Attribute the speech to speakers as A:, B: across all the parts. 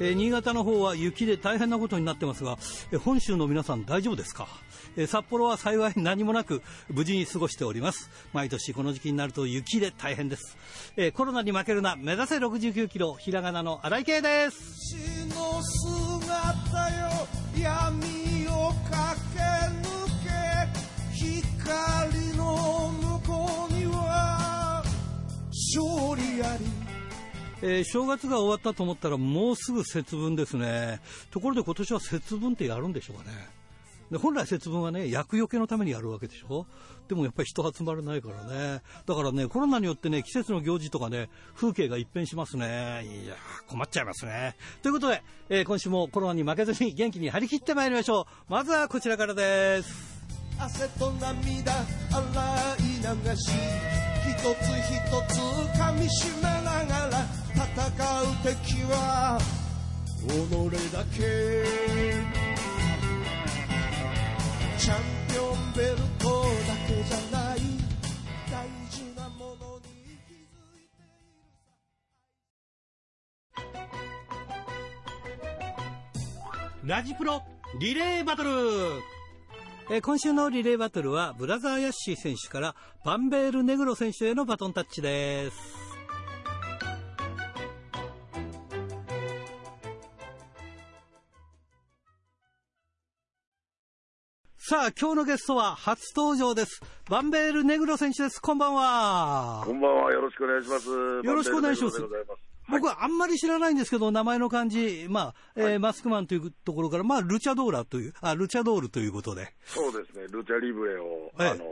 A: えー新潟の方は雪で大変なことになってますが、えー本州の皆さん大丈夫ですか、えー札幌は幸い何もなく無事に過ごしております毎年この時期になると雪で大変です、えーコロナに負けるな目指せ69キロひらがなの荒井圭です
B: 私の姿よ闇を駆け抜け光の向こうには勝利あり
A: えー正月が終わったと思ったらもうすぐ節分ですねところで今年は節分ってやるんでしょうかねで本来節分はね厄除けのためにやるわけでしょでもやっぱり人集まらないからねだからねコロナによってね季節の行事とかね風景が一変しますねいやー困っちゃいますねということで、えー今週もコロナに負けずに元気に張り切ってまいりましょうまずはこちらからです
B: 汗と涙洗い流し一つ一つ噛みしめながら戦う敵は己だけチャンピオンベルトだけじゃない大事なものに気づいて
A: ラジプロリレーバトルえー今週のリレーバトルはブラザー・ヤッシー選手からバンベール・ネグロ選手へのバトンタッチですさあ今日のゲストは初登場ですバンベール・ネグロ選手ですこんばんは
C: こんばんは、よろしくお願いします。よ
A: ろしくお願いします僕はあんまり知らないんですけど、名前の漢字、まあ、えーマスクマンというところから、まあ、ルチャドーラという、あ、ルチャドールということで。
C: そうですね、ルチャリブレを、
A: ええ
C: あのー、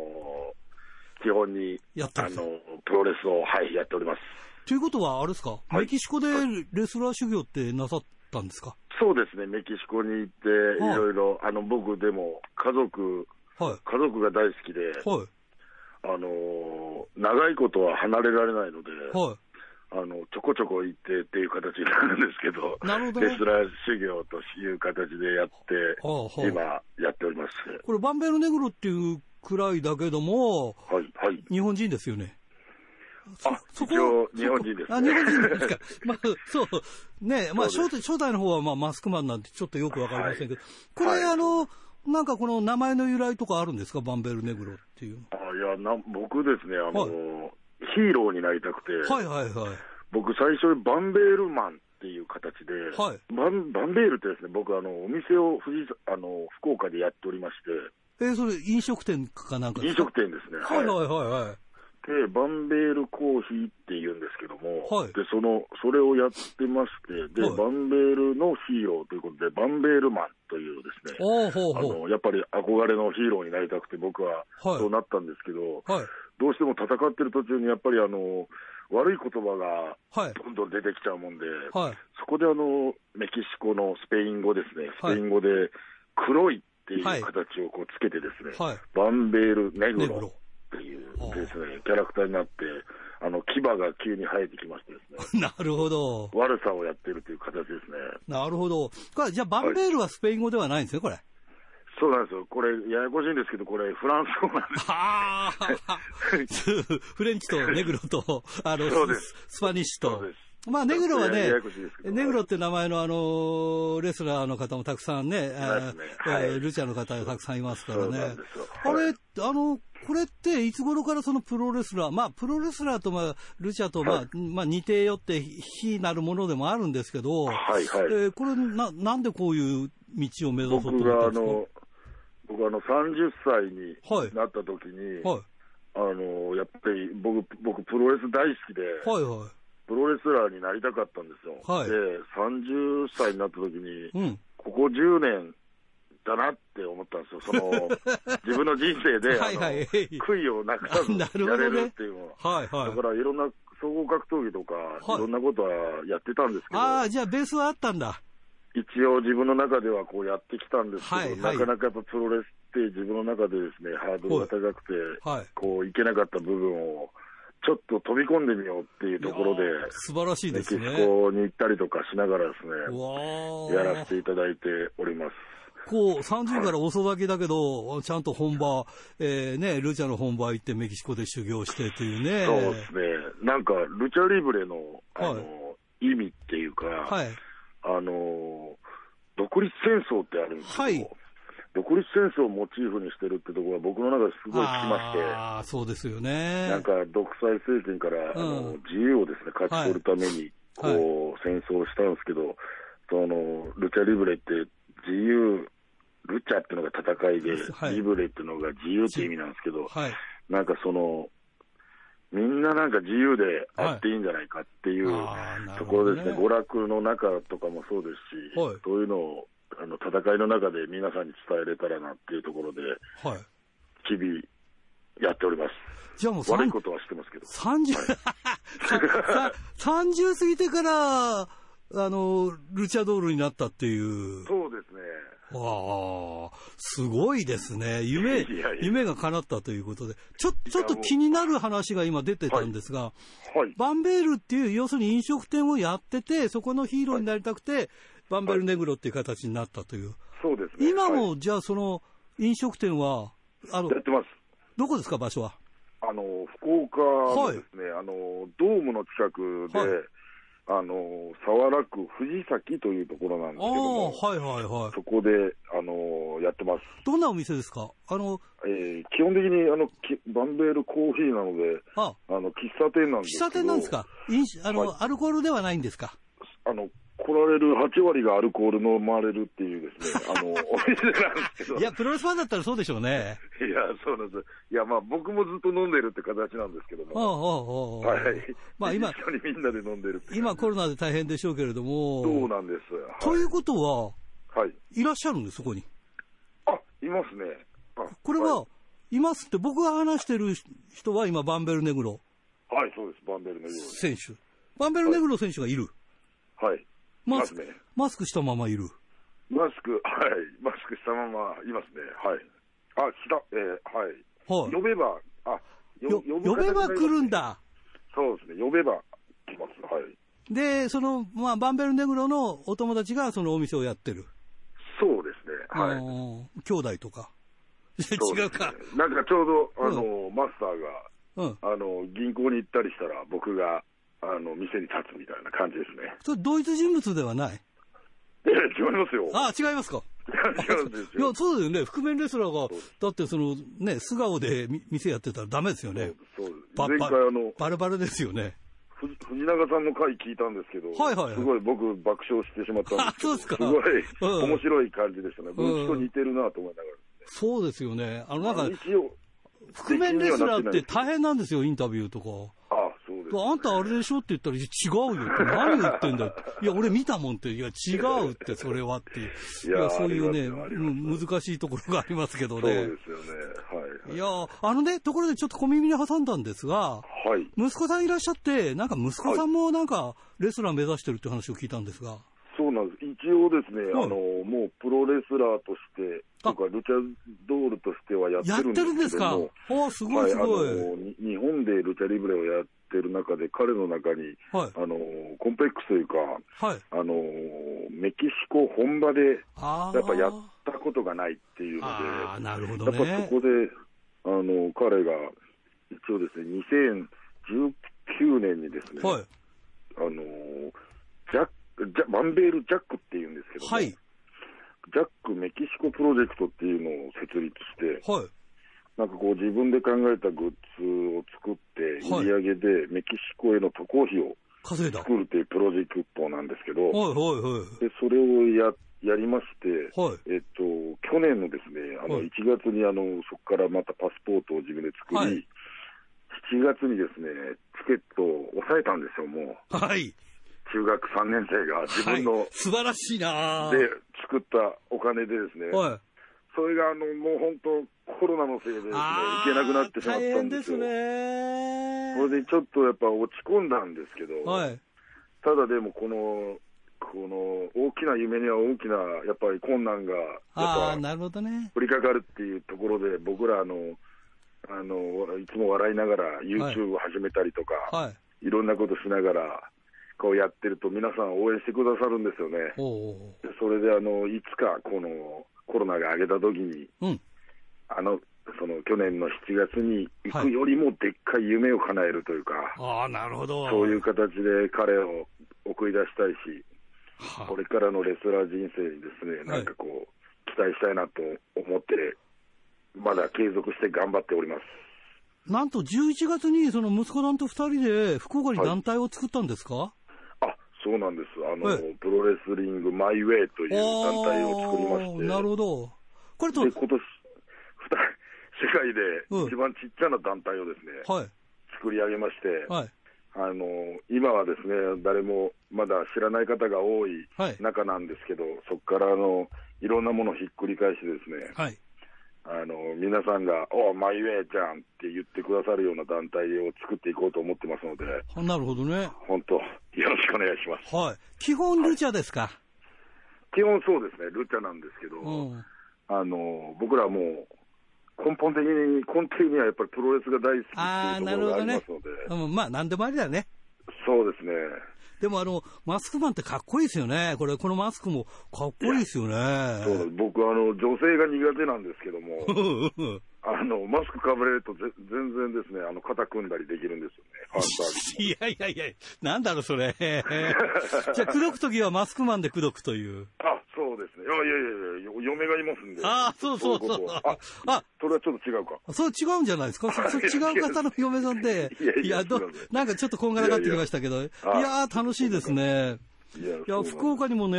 C: 基本に、
A: やって
C: あ
A: る
C: のー、プロレスを、はい、やっております。
A: ということは、あれですか、
C: い
A: メキシコでレスラー修行ってなさったんですか
C: そうですね、メキシコに行って、い
A: はい
C: ろいろ、あの、僕でも、家族、
A: は
C: 家族が大好きで、
A: い。はい。
C: あのー、長いことは離れられないので、
A: は
C: あの、ちょこちょこ行ってっていう形になるんですけど、
A: い。なるほどね
C: レス。ラー修行という形でやって、
A: はあはあ
C: 今、やっております。
A: これ、バンベルネグロっていうくらいだけども、
C: はい、はい。
A: 日本人ですよね。
C: あ、
A: そこ
C: 一応、日本人です、ね。
A: あ、日本人なんですか。 まあ、そう。ねまあ、
C: そう
A: 正体正体の方は、まあ、マスクマンなんてちょっとよくわかりませんけど、こ
C: は
A: れ、
C: い
A: あの、なんかこの名前の由来とかあるんですかバンベルネグロっていう
C: あいやな僕ですね、あの、ヒーローになりたくて、
A: の。はいはいはい。
C: 僕、最初にバンベールマンっていう形で、
A: はい
C: バンバンベールってですね、僕、あのお店を富士あの福岡でやっておりまして、
A: えーそれ、飲食店かなんかで
C: 飲
A: すか
C: 食店ですね、
A: はいはい
C: い
A: はいはい。
C: で、バンベールコーヒーっていうんですけども、
A: はい
C: でそのそれをやってまして、で、
A: はい
C: バンベールのヒーローということで、バンベールマンというですね、
A: ああ、ほう
C: あ
A: ほ
C: のやっぱり憧れのヒーローになりたくて、僕は
A: う。はい
C: そう。なったんですけど、
A: はい。
C: どうしても戦ってる途中に、やっぱりあの悪い言葉が
A: はい。
C: どんどん出てきちゃうもんで、
A: はい。
C: そこであのメキシコのスペイン語ですね、
A: はい
C: スペイン語で黒いっていう
A: はい
C: 形をこうつけてですね、
A: はい。
C: バンベール・ネ
A: ネ
C: グ
A: グ
C: ロ
A: ロ。
C: っていう
A: あー、
C: ですねキャラクターになって、あの牙が急に生えてきましてです ね
A: なるほど。
C: 悪さをやってるという形ですね。
A: なるほど。これじゃあ、バンベールはスペイン語ではないんですね、これ。
C: そうなんですよ。これ、ややこしいんですけど、これ、フランス語なんです。
A: はあ フレンチとネグロと、あの、
C: そうです
A: ススパニッシュと
C: そうで。
A: まあ、ネグロはね
C: ややこしいです、けど
A: ネグロって名前のあの、レスラーの方もたくさんね、あ
C: ますね
A: ー
C: はい
A: えールチャの方がたくさんいますから
C: そう
A: ね
C: なん。ですよ。
A: あ
C: はい
A: れ、あの、これって、いつ頃からそのプロレスラー、まあ、プロレスラーと、まあ、ルチャと、まあ、
C: はい
A: まあ、似てよって、非なるものでもあるんですけど、
C: はい、はい。
A: えーこれな、なんでこういう道を目指そうと
C: 僕
A: 思
C: が
A: ったん
C: あ
A: です
C: の、僕あの30歳に
A: はい
C: なった時に、
A: かはい、
C: あのやっぱり僕、僕、プロレス大好きで、
A: はい、は
C: プロレスラーになりたかったんですよ。
A: はい
C: で、30歳になった時に、
A: い。うん。
C: ここ10年だなって思ったんですよ。そ の、自分の人生で、
A: はいはい
C: あの悔いをなくさず
A: な
C: や
A: るほどね
C: れるっていうのは。
A: はい、はい
C: だ。からいろんな総合格闘技とか、
A: い
C: い、ろんなことはやってたんですけど、
A: ああ、じゃあベースはあったんだ。
C: 一応自分の中ではこうやってきたんですけど、
A: はいはい
C: なかなかやっぱプロレスって自分の中でですね、ハードルが高くて、
A: はい。
C: こういけなかった部分をちょっと飛び込んでみようっていうところで
A: い、やー素晴らしいで
C: メキシ
A: すね。
C: コに行ったりとかしながらです
A: う
C: ね、
A: わ
C: や
A: ー
C: らせていただいております。
A: 構30から遅咲きだけど、ちゃんと本場、えーね、ルチャの本場行ってメキシコで修行してというね。
C: そうですね、なんか、ルチャリブレのあの、
A: は
C: 意味っていうか、
A: はい。
C: あの独立戦争ってあるんですけど、
A: はい
C: 独立戦争をモチーフにしてるってところが僕の中ですごい聞きまして。
A: ああ、そうですよね。
C: なんか独裁政権から、あ
A: う
C: の
A: ん
C: 自由をですね勝ち取るために
A: はい
C: こう、戦争をしたんですけど、そのルチャリブレって自由、ルチャっていうのが戦いで、
A: はい
C: リブレっていうのが自由って意味なんですけど、
A: はい。
C: なんかその、みんななんか自由であっていいんじゃないかっていう、
A: あーなる
C: と
A: ほ
C: こ
A: どね
C: ろですね、娯楽の中とかもそうですし、
A: はい
C: そういうのをあの戦いの中で皆さんに伝えれたらなっていうところで、
A: はい。
C: 日々やっております。
A: じゃあもう
C: 悪い
A: 30
C: ことはしてますけど。
A: 30、ささ30過ぎてから、あの、ルチャドールになったっていう。
C: そうですね。
A: わあ、すごいですね。夢、
C: いやいや
A: 夢が叶ったということで。ちょ、ちょっと気になる話が今出てたんですが、
C: はい。
A: バンベールっていう、要するに飲食店をやってて、そこのヒーローになりたくて、バンベールネグロっていう形になったという。
C: そうですね。
A: 今
C: は
A: も、じゃあその飲食店は、あの
C: い、や、ってます。
A: どこですか、場所は。
C: あの、福岡のですね、あの、ドームの近くで、
A: はい
C: あの、沢楽区藤崎というところなんです
A: あ
C: け
A: あ、
C: ども、
A: はいはいはい。
C: そこで、あの、やってます。
A: どんなお店ですかあの、
C: えー基本的に、あの、きバンベールコーヒーなので、
A: あ、
C: あの、喫茶店なんです
A: 喫
C: け
A: 茶
C: ど
A: 店なんですか飲酒あの、
C: はい
A: アルコールではないんですか
C: あの、来られる8割がアルコール飲まれるっていうですね、 あの、お店なんですけど。
A: いや、プロレスファンだったらそうでしょうね。
C: いや、そうなんです。いや、まあ、僕もずっと飲んでるって形なんですけど
A: ああ、あ
C: も。
A: あ、ああ。
C: はい。
A: まあ今
C: 一緒にみんなで飲んでるって。
A: 今コロナで大変でしょうけれども。
C: そうなんです。
A: と
C: はい
A: いうことは、
C: はい。
A: いらっしゃるんです、そこに。
C: あ、いますね。あ
A: これは、いますって、僕が話してる人は今、バンベルネグロ
C: いはい、そうです。バンベルのように。
A: 選手。バンベルネグロ選手がいる。
C: はい。
A: マ
C: ま
A: ス
C: す
A: ク、
C: ね。
A: マスクしたままいる。
C: マスク、はい。マスクしたままいますね。はい。あ、した、えーはい。
A: はい
C: 呼べば、あ、
A: よ、呼べば来るん。だ。
C: そうですね。呼べば来ます。はい。
A: で、その、まあ、バンベルネグロのお友達がそのお店をやってる。
C: そうですね。はい。
A: い。兄弟とか。
C: そう
A: 違
C: で
A: う
C: すね
A: か。
C: なんかちょうど、あの、マスターが、
A: うん。
C: あの銀行に行ったりしたら、僕があの店に立つみたいな感じですね。
A: それ、同一人物ではない。
C: いや、違いますよ。
A: ああ、違いますか。
C: 違うんです
A: いや
C: よ。、
A: そうだよね。覆面レスラーが、だってその、ね、素顔でみ店やってたらダメですよね。
C: そう
A: ば
C: 前
A: ば
C: 回あの、
A: バレバレですよね。
C: ふ藤永さんの回聞いたんですけど、
A: はいはいはい
C: すごい僕、爆笑してしまったんですけど、
A: あそうですか
C: ごい、
A: うん
C: 面白い感じでしたね。僕
A: うん
C: と似てるなと思いな
A: そうですよね。あの、
C: がら。
A: なんか、
C: 一応、
A: 覆面レスラーって大変なんですよ、インタビューとか。
C: あそうです。
A: あんたあれでしょって言ったら、いや違うよって、何言ってんだよって。いや、俺見たもんって、いや、違うって、それはっていう。
C: いや
A: そういうね、
C: ありますよあります
A: うん難しいところがありますけど
C: そうで
A: ね。
C: すよね。はい
A: いや、あのね、ところでちょっと小耳に挟んだんですが、
C: はい。はい。
A: 息子さんいらっしゃって、なんか息子さんもなんか、レスラー目指してるって話を聞いたんですが。
C: そうなんです。一応ですね、
A: はい
C: あの、もうプロレスラーとして、
A: あ
C: とか、ルチャドールとしてはやって
A: やって
C: るん
A: るんで
C: です
A: す
C: けど
A: か
C: も、
A: おーすごいすごい。
C: はい、あのに日本でルチャリブレをやってる中で、彼の中に、
A: はい
C: あのコンプレックスというか、
A: はい。
C: あのメキシコ本場で
A: ああ。
C: やっぱやったことがないっていうの
A: ああ、なるほど
C: で、やっぱ
A: ね
C: そ。こであの彼が一応ですね、2019年にですね、
A: はい。
C: あのジャックジャバンベール・ジャックっていうんですけども、
A: はい。
C: ジャックメキシコプロジェクトっていうのを設立して、
A: はい。
C: なんかこう自分で考えたグッズを作って、
A: は
C: 売
A: い
C: り上げでメキシコへの渡航費を
A: 稼いだ。はい
C: 作るというプロジェクトなんですけど、
A: はい
C: でそれをややりまして、
A: はい。はい。
C: えっと、去年のですね、あ
A: は
C: の
A: い
C: 1月にあのそこからまたパスポートを自分で作り、
A: はい
C: 7月にですね、チケットを抑えたんですよ、もう。
A: はい。
C: 中学3年生が自分
A: は
C: の
A: い、素晴らしいな
C: で作ったお金でですね、
A: はい。
C: それがあのもう本当コロナのせいでですね、
A: あ
C: 行
A: ー
C: けなくなってしまっ
A: 大
C: たん
A: 変
C: で
A: ですす
C: よ。
A: ね。
C: これでちょっとやっぱ落ち込んだんですけど、
A: はい。
C: ただでもこの、この大きな夢には大きなやっぱり困難が
A: ああ、
C: やっぱ
A: なるほどね。
C: 降りかかるっていうところで、僕らあの、あのいつも笑いながら YouTube を始めたりとか、
A: はい。
C: い、ろんなことしながら、こうやってると皆さん応援してくださるんですよね。
A: おうおう
C: でそれであのいつかこのコロナが上げた時に、
A: うん。
C: あの、その去年の7月に行くよりもでっかい夢を叶えるというか、
A: ああ、なるほど。
C: そういう形で彼を送り出したいし、
A: は
C: これからのレスラー人生にですね、
A: はい
C: なんかこう、期待したいなと思って、まだ継続して頑張っております。
A: なんと11月にその息子さんと2人で福岡に団体を作ったんですか、
C: あ、そうなんです。あの、
A: はい
C: プロレスリングマイウェイという団体を作りまして、
A: あーなるほど。これと、
C: で今年、二世界
A: うん
C: で一番ちっちゃな団体をですね、
A: はい、
C: 作り上げまして、
A: はい、
C: あの今はですね、誰もまだ知らない方が多い
A: はい
C: 中なんですけど、そこからあのいろんなものをひっくり返してですね、
A: はい。
C: あの皆さんが、おうマイウェイじゃんって言ってくださるような団体を作っていこうと思ってますので、
A: あなるほどね。
C: 本当、よろしくお願いします。
A: はい。基本ルチャですか。
C: 基本そうですね、ルチャなんですけど、
A: うん。
C: あの僕らはもう、根本的に、根底にはやっぱりプロレスが大
A: ああ、
C: 好きっ
A: な
C: ていうとこ
A: るほ
C: ろがあ
A: ど
C: りま
A: ね
C: すので、。
A: うん、まあ、なんでもありだね。
C: そうですね、
A: でもあの、マスクマンってかっこいいですよね。これ、このマスクもかっこいいですよ
C: そう
A: ね。
C: 僕あの、女性が苦手なんですけども。あの、マスクかぶれるとぜ全然ですね、あの、肩組んだりできるんですよね。ファンサービ ス。
A: いやいやいや、なんだろう、そ れ。じゃあ、口説くときはマスクマンで口説くという。
C: あ、そうですね。いやいやいやいや、よ嫁がいますんで。
A: ああ、そうそうそう
C: いことは。
A: あ
C: あ、、それはちょっと違うか。
A: そう違うんじゃないですかそそ
C: いや
A: 違う方の嫁さんで
C: いやい。や
A: いや、ど
C: 違うね、
A: なんかちょっとこんがらがってきましたけど。い
C: やいや
A: やー、楽しいですね。
C: いや
A: いや、福岡にもね、え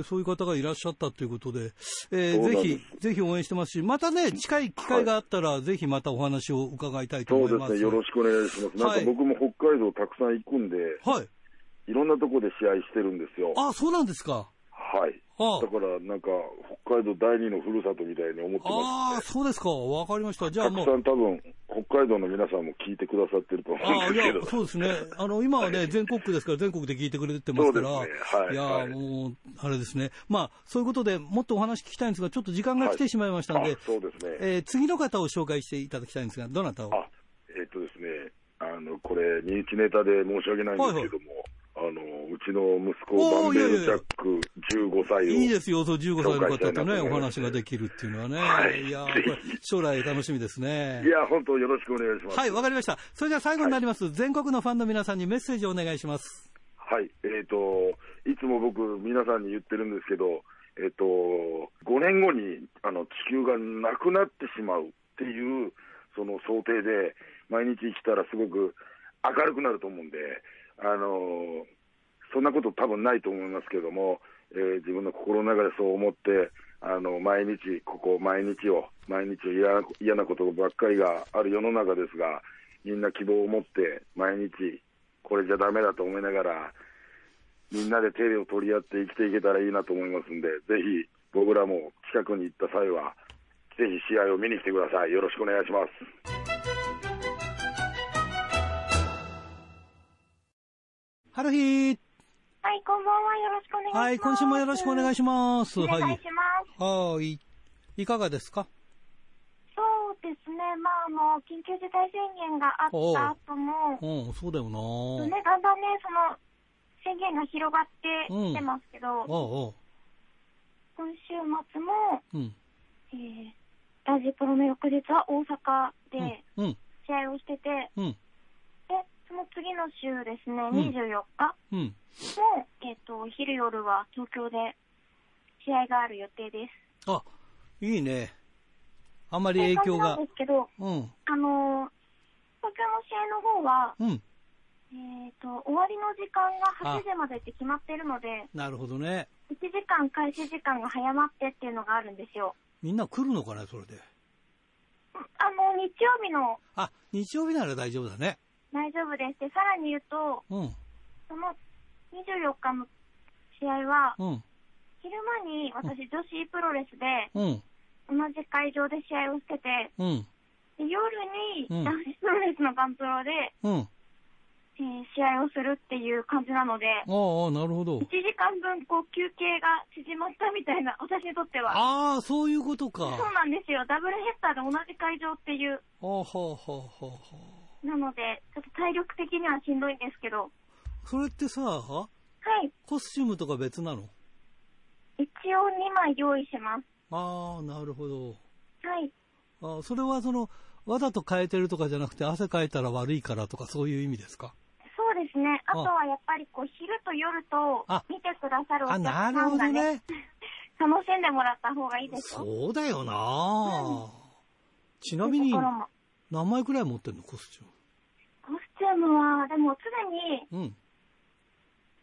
A: ーそういう方がいらっしゃったということで、えー
C: そう
A: ぜ
C: なんです
A: ひ、ぜひ応援してますし、またね、近い機会があったら、ぜひまたお話を伺いたいと
C: そう
A: 思
C: で
A: いますす。
C: ね。よろしくお願いします。なん
A: は
C: か
A: い
C: 僕も北海道たくさん行くんで、
A: はい。
C: いろんなとこで試合してるんですよ。
A: あ、そうなんですか。
C: はい。
A: ああ
C: だから、なんか、北海道第二のふるさとみたいに思って
A: あ
C: ま
A: あ、そうですか。わかりました。じゃあ
C: すんで。
A: も
C: た
A: う
C: くさ。ん多分、北海道の皆さんも聞いてくださってると思
A: あ
C: う
A: あ、
C: ん
A: い
C: で
A: や
C: すけど。、
A: そうですね。あの、今はね、全国区ですから、全国で聞いてくれてますから、
C: そうですねはいい
A: や、
C: はい
A: もう、あれですね。まあ、そういうことでもっとお話聞きたいんですが、ちょっと時間が来てしまいましたんで、
C: あそうですね。
A: えー次の方を紹介していただきたいんですが、どなたを
C: あえっ、とですね、あのこれ、身内ネタで申し訳ないんですけども、あのうちの息子、バ
A: おー
C: ンベ
A: いやいや
C: ル・ジャック15歳を、
A: いいですよ、そう15歳の方と
C: 紹介したいな
A: ね、
C: と
A: お
C: 思いま
A: 話
C: す
A: ができるっていうのはね。
C: はい
A: いやーこれ
C: ぜひ
A: 将来楽しみですね
C: い。や、本当、よろしくお願いします。
A: はい、わかりました。それでは最後になります、全国のファンの皆さんにメッセージをお願いします。
C: はい、えっ、と、いつも僕、皆さんに言ってるんですけど、えっ、と、5年後にあの地球がなくなってしまうっていう、その想定で、毎日生きたらすごく明るくなると思うんで、あのそんなこと多分ないと思いますけども、えー自分の心の中でそう思って、あの、毎日、ここ、毎日を、毎日を嫌な嫌なことばっかりがある世の中ですが、みんな希望を持って、毎日、これじゃダメだと思いながら、みんなで手を取り合って生きていけたらいいなと思いますんで、ぜひ、僕らも近くに行った際は、ぜひ試合を見に来てください。よろしくお願いします。
A: ハルヒー
D: はい、こんばんは。よろしくお願いします。
A: はい、今週もよろしくお願い
D: し
A: します。
D: お
A: は
D: 願い
A: い
D: し。ます。
A: はい。いかがですか
D: そうですね。まあ、あの、緊急事態宣言があった後も、
A: うん、そうだよな
D: ね、だんだんね、その、宣言が広がって
A: うん
D: きてますけど、
A: ああ、ああ
D: 今週末も、
A: うん。
D: えー、ラジプロの翌日は大阪
A: う
D: で
A: ん。うん。
D: 試合をしてて、
A: うん。
D: で、その次の週ですね、
A: ん
D: 24日
A: うん。
D: も、えっ、と、昼夜は東京で試合がある予定です。
A: あ、いいね。あんまり影響
D: っ
A: が
D: て感じなん。ですけど、
A: うん。
D: あのー東京の試合の方は、
A: うん。
D: えっ、と、終わりの時間が8時までって決まってるので、
A: なるほどね。
D: 1時間開始時間が早まってっていうのがあるんですよ。
A: みんな来るのかな、それで。
D: あの、日曜日の
A: あ、日曜日なら大丈夫だね。
D: 大丈夫です。で、さらに言うと、
A: うん。
D: その24日の試合は、
A: うん。
D: 昼間に私女子プロレスで
A: うん。
D: 同じ会場で試合をしてて、
A: うん。
D: で夜に
A: うん
D: 男子プロレスのガンプロで、
A: うん。
D: えー試合をするっていう感じなので、
A: ああ、なるほど
D: 1。時間分こう休憩が縮まったみたいな、私にとっては。
A: ああ、そういうことか。
D: そうなんですよ。ダブルヘッダーで同じ会場っていう。
A: あはあ、はあ、はあ、はあ。
D: なので、ちょっと体力的にはしんどいんですけど。
A: それってさ、
D: はい。
A: コスチュームとか別なの
D: 一応2枚用意します。
A: ああ、なるほど。
D: はい。
A: あーそれはその、わざと変えてるとかじゃなくて、汗かいたら悪いからとか、そういう意味ですか。
D: そうですね。あ
A: あ
D: とはやっぱりこう昼と夜と
A: あ
D: 見てくださるお
A: あ、
D: 客
A: な
D: さ
A: るほ
D: ん
A: ど
D: がね、
A: ね。
D: 楽しんでもらった方がいいですよ。
A: そうだよな。ちなみ
D: と
A: に
D: こ、ろも
A: 何枚くらい持ってんの、コスチュ
D: コスチュームは、でも常に
A: ーム。うん。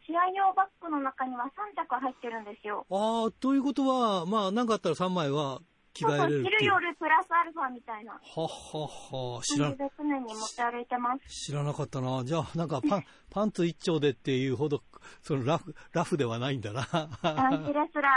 D: 試合用バッグの中には3着入ってるんですよ。
A: ああ、ということは、まあ、何かあったら3枚は着
D: そう
A: 替え
D: そう
A: れるって
D: 昼
A: いう。は
D: 夜プラスアルファみたいな
A: っはっは、知ら
D: 感
A: ん
D: じ。で常に持ち歩いてます。
A: 知らなかったな。じゃあ、なんかパン、パンツ一丁でっていうほど、そのラフ、ラフではないんだな。
D: 男子レスラ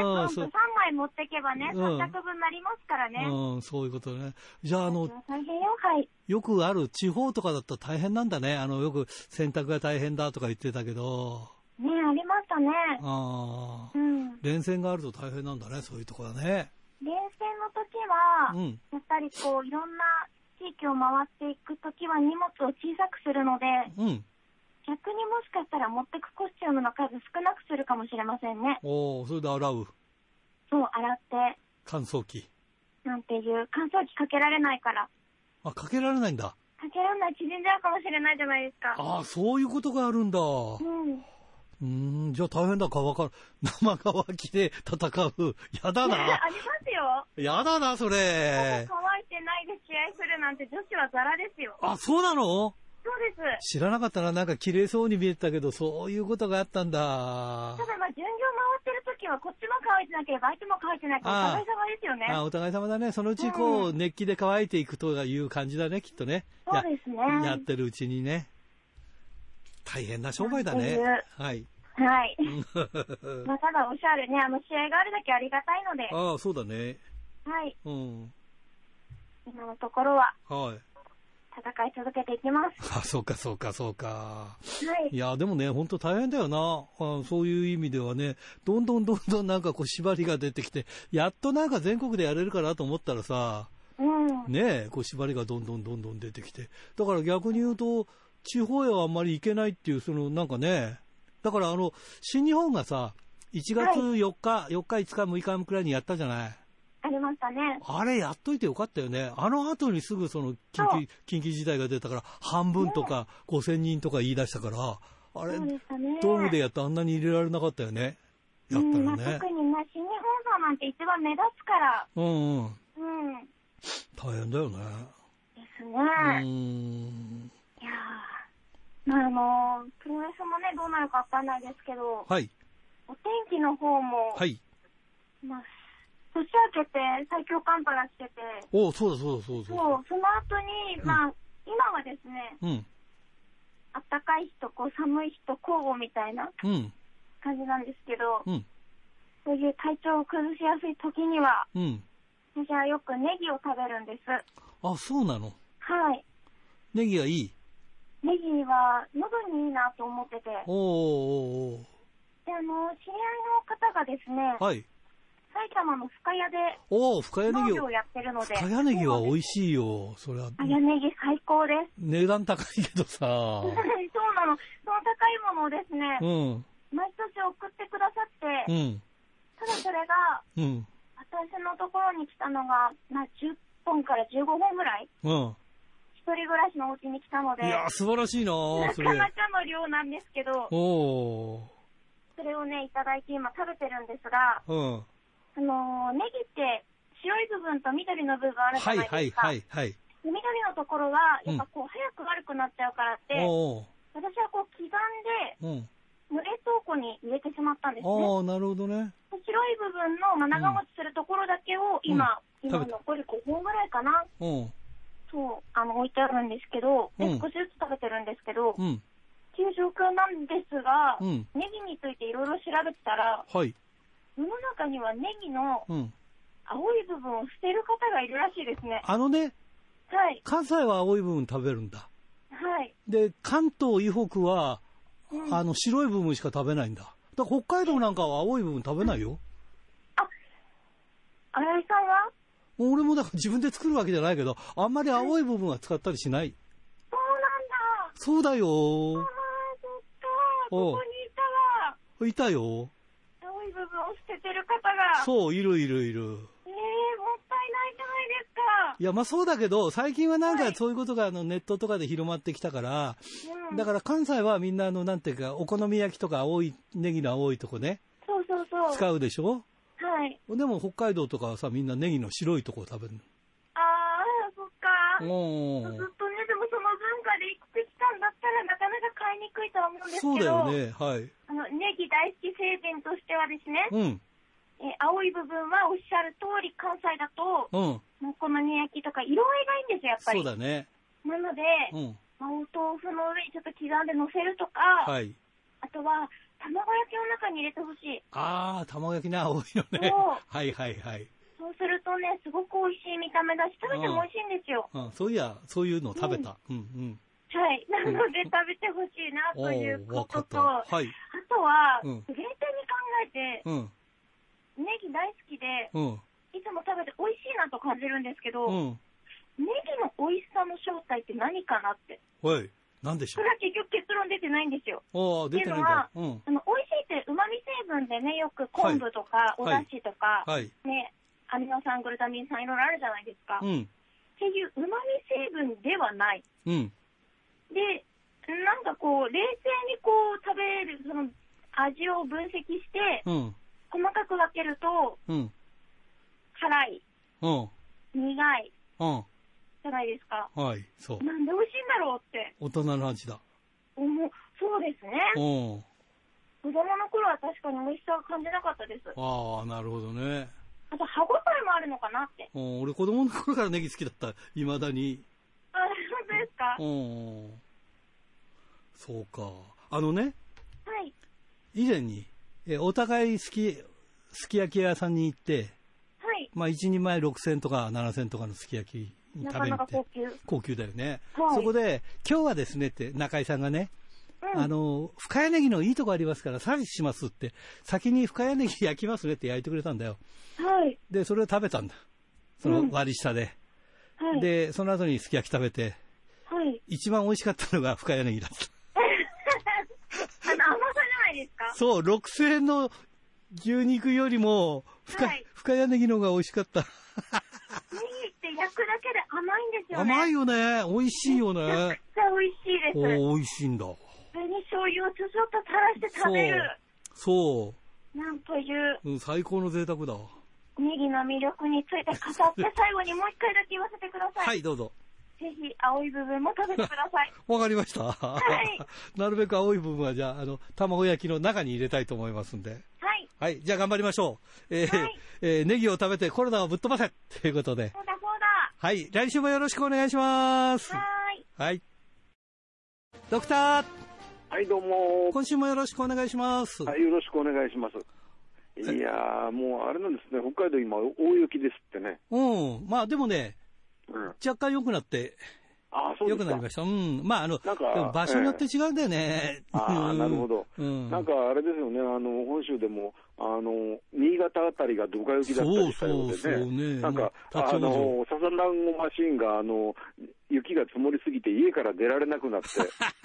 A: あ
D: は
A: あ
D: ね、
A: そ
D: パ
A: う
D: ンプ3枚持ってけばね、
A: うん
D: 3着分なりますからね。
A: うん、そういうことね。じゃあ、あの、
D: 大変よ、はい。
A: よくある地方とかだったら大変なんだね。あの、よく洗濯が大変だとか言ってたけど、
D: ねありましたね。
A: ああ
D: う、ん。
A: 連戦があると大変なんだね、そういうとこはね。
D: 連戦の時は、
A: うん。
D: やっぱりこう、いろんな地域を回っていく時は荷物を小さくするので、
A: うん。
D: 逆にもしかしたら持ってくコスチュームの数少なくするかもしれませんね。
A: おおそれで洗う。
D: そう、洗って、
A: 乾燥機。
D: なんていう、乾燥機かけられないから。
A: あ、かけられないんだ。
D: かけられない縮んじゃうかもしれないじゃないですか。
A: ああ、そういうことがあるんだ。
D: う。
A: うんーん、じゃあ大変だ、乾か、生乾きで戦う。やだな。
D: ありますよ。
A: やだな、それ。
D: 乾いてないで試合するなんて女子はザラですよ。
A: あ、そうなの
D: そうです。
A: 知らなかったな。なんか綺麗そうに見えてたけど、そういうことがあったんだ
D: た。だまあ、巡業回ってる時はこっちも乾いてなければ相手も乾いてないからお互い様ですよね。
A: あお互い様だね。そのうち、こう、熱気で乾いていくという感じだね、きっとね。
D: そうですね。
A: ややってるうちにね。大変な商売だね
D: なん。
A: はい。
D: はい。まあ、ただおしゃれね、あの試合があるだけありがたいので、
A: ああ、そうだね。
D: はい。
A: うん。
D: 今のところは
A: はい。
D: 戦い続けていきます。
A: あ、そうか、そうか、そうか。
D: はい
A: い。や、でもね、本当大変だよなあ。そういう意味ではね、どんどんどんどんなんかこう縛りが出てきて、やっとなんか全国でやれるかなと思ったらさ、
D: うん。
A: ねえ、こう縛りがどんどんどんどん出てきて。だから逆に言うと、地方へはあんまり行けないっていう、そのなんかね、だからあの、新日本がさ、1月
D: はい
A: 4日、4日、5日、6日くらいにやったじゃない。
D: ありましたね。
A: あれやっといてよかったよね。あの後にすぐその緊急、緊急事態が出たから、半分とか5000人とか言い出したから、あれ
D: そう、でしたね。
A: ドームでやったあんなに入れられなかったよね。やった
D: うん
A: ら
D: まあ、
A: ね
D: 特。にね、新日本さんなんて一番目立つから、
A: うんうん。
D: うん。
A: 大変だよね。
D: です
A: う
D: ね。
A: ーん。
D: いやーまあ、あのープロレスもね、どうなるかわかんないですけど、
A: はい。
D: お天気の方も、
A: はい。
D: まあ、年明けて最強寒波が来てて、
A: おうそうだそうだそうだ
D: そ
A: そうだ。
D: う、その後に、まあ、今はですね、
A: うん。
D: あったかい日とこう寒い日と交互みたいな
A: うん。
D: 感じなんですけど、
A: うん。
D: そういう体調を崩しやすい時には、
A: うん。
D: 私はよくネギを食べるんです。
A: あ、そうなの。
D: はい。
A: ネギがいい。
D: ネギは喉にいいなと思ってて、
A: おうおうおう
D: で、あの、知り合いの方がですね、
A: はい。
D: 埼玉の深谷で
A: おお深谷ネ
D: 農
A: ギ
D: 業
A: を
D: を。やってるので、
A: 深谷ネギは美
D: い。
A: 味しいよ。それは。
D: 深谷ネギ最高です。
A: 値段高いけどさ
D: そう。なの。その高いものをですね
A: う、ん。
D: 毎年送ってくださって、
A: うん。
D: ただそれが、
A: うん。
D: 私のところに来たのが、まあ、10本から15本ぐらい、
A: うん。
D: 一人暮らしのお家に来たので、
A: いやー、素晴らしいなー
D: な
A: そ
D: か
A: れ。
D: なかの量なんですけど、
A: お
D: それをね、いただいて今食べてるんですが、
A: おうん。
D: あのーネギって白い部分と緑の部分あるじ
A: は
D: ゃ
A: い
D: ない
A: は
D: で
A: い
D: すか。
A: はいはい。
D: で緑のところは、やっぱこう、早く悪くなっちゃうからって、
A: おお
D: 私はこう、刻ん
A: う
D: で、
A: ん。
D: 冷凍庫に入れてしまったんですね。
A: ああ、なるほどね。
D: で白い部分の、まあ、長持ちするところだけを今、
A: うん
D: 今
A: 食べ
D: 残り5本ぐらいかな。
A: うん。
D: そう、あの、置いてあるんですけど、で
A: うん
D: 少しずつ食べてるんですけど、
A: うん。
D: 給食なんですが、
A: うん
D: ネギについていろいろ調べてたら、
A: はい。
D: 世の中にはネギの
A: うん。
D: 青い部分を捨てる方がいるらしいですね。
A: あのね、
D: はい、
A: 関西は青い部分食べるんだ。
D: はい。
A: で、関東以北は、
D: うん
A: あの、白い部分しか食べないんだ。だから北海道なんかは青い部分食べないよ。
D: 新井さんは
A: 俺もだから自分で作るわけじゃないけど、あんまり青い部分は使ったりしない。
D: そうなんだ。
A: そうだよ
D: ああ、そっか。
A: おう
D: ここにい
A: いた
D: たわ。
A: よ
D: 青い部分を捨捨ててる方が。
A: そう、いるいるいる。
D: ねえ、もったいないじゃないですか。
A: いや、まあそうだけど、最近はなんかそういうことがあのネットとかで広まってきたから、
D: うん
A: だから関西はみんなあの、なんていうか、お好み焼きとか青い、ネギの青いとこね、
D: そうそうそう。
A: 使うでしょ
D: はい。
A: でも北海道とかはさ、みんなネギの白いとこを食べる
D: ああ、そっか。
A: の。おー
D: ずっとね、でもその文化で生きてきたんだったら、なかなか買いにくいとは思うんです
A: そう
D: け
A: だよ
D: ど、
A: ね、はい。
D: あのネギ大好き成人としてはですね、
A: うん、
D: えー青い部分はおっしゃる通り、関西だと、
A: うん、
D: もうこの煮焼きとか色合いがいいんですよ、やっぱ
A: そ
D: り
A: う。だね。
D: なので、
A: うん、
D: まあ、お豆腐の上にちょっと刻んで乗せるとか、
A: はい。
D: あとは卵焼きの中に入れてほしい。
A: あー、卵焼きな、多いよね
D: そう。
A: はいはいはい。
D: そうするとね、すごく美味しい見た目だし、食べても美味しいんですよ。
A: うん、そういや、そういうの食べた。うん、うん。
D: はい。なので食べてほしいな
A: お
D: という
A: ー、
D: こ
A: わか
D: と
A: った。
D: と、あ
A: はい。
D: とは、
A: うん
D: 冷静に考えて、
A: うん、
D: ネギ大好きで、
A: うん、
D: いつも食べて美味しいなと感じるんですけど、
A: うん。
D: ネギの美味しさの正体って何かなって。
A: おい、なんでし
D: そ
A: ょ
D: れは結局結論出てないんですよ。
A: う。あー、出てないんだ。うん。
D: あの、美味しいって旨味成分でね、よく昆布とか、お
A: はい
D: 出汁とか、
A: はい。
D: ね、アミノ酸、グルタミン酸、いろいろあるじゃないですか。
A: う
D: っ
A: ん、
D: ていう旨味成分ではない。
A: うん。
D: で、なんかこう、冷静にこう、食べる、その、味を分析して、
A: うん、
D: 細かく分けると、
A: うん、
D: 辛い、
A: うん、
D: 苦い、
A: うん。
D: じゃないですか。
A: はい、そう。
D: なんで美味しいんだろうって
A: 大人の味だ。
D: 思う。そうですね。
A: うん。
D: 子供の頃は確かに美味しさは感じなかったです。
A: ああ、なるほどね。
D: あと、歯応えもあるのかなって。
A: うん、俺子供の頃からネギ好きだった。未だに。
D: あ、本当ですか
A: うん。そうか。あのね、
D: はい。
A: 以前に、え、お互いすき、すき焼き屋さんに行って、
D: はい。
A: まあ、一人前6000とか7000とかのすき焼き食
D: なか
A: べに行
D: なか
A: って
D: 高。級。うん。
A: 高級だよね。
D: はい
A: そこで、今日はですねって、中井さんがね、あの、深谷ネギのいいとこありますから、サービスしますって、先に深谷ネギ焼きますねって焼いてくれたんだよ。
D: はい。
A: で、それを食べたんだ。そうの
D: ん
A: 割り下で。
D: はい。
A: で、その後にすき焼き食べて、
D: はい。
A: 一番美味しかったのが深谷ネギだっ
D: あの、甘さじゃないですか
A: た。そう、6000円の牛肉よりも深、
D: はい
A: 深谷ネギの方が美味しかった。
D: ネギって焼くだけで甘いんですよね。
A: 甘いよね。美味しいよ
D: めちゃ
A: ね
D: く。ちゃ美味しいです。
A: お
D: そ
A: ー美味しいんだ。
D: れに醤油をちょちょっと垂らして食べる。
A: そう。
D: なんという、
A: うん、最高の贅沢だ。
D: ネギの魅力について語って最後にもう一回だけ言わせてくださ。
A: はいい、どうぞ。
D: ぜひ、青い部分も食べてください。
A: わかりました。
D: い
A: なるべく青い部分は、じゃあ、あの、卵焼きの中に入れたいと思いますんで。
D: はい。
A: はい、じゃあ頑張りましょう。えー
D: はい
A: えーネギを食べてコロナをぶっ飛ばせということで。
D: そうだそうだ。
A: はい、来週もよろしくお願いします。
D: はーい。
A: はい。ドクター、
C: はい、どうも。
A: 今週もよろしくお願いします。
C: はい、よろしくお願いします。いやー、もうあれなんですね、北海道今、大雪ですってね。
A: うん、まあでもね、
C: うん。
A: 若干良くなって、
C: ああ、そう
A: 良
C: で
A: く
C: す
A: な
C: か
A: り。ました。うん、まああの、
C: なんか
A: でも場所によって違うんだよね。
C: ああ、
A: うん
C: なるほど。
A: うん。
C: なんかあれですよね、あの、本州でも、あの、新潟あたりがドカ雪だったりしたよう
A: そうそうそう
C: で
A: ね
C: ね。なん
A: もう
C: か、
A: 立ち
C: あ
A: 往生
C: の、サザンランゴマシンが、あの、雪が積もりすぎて家から出られなくなって、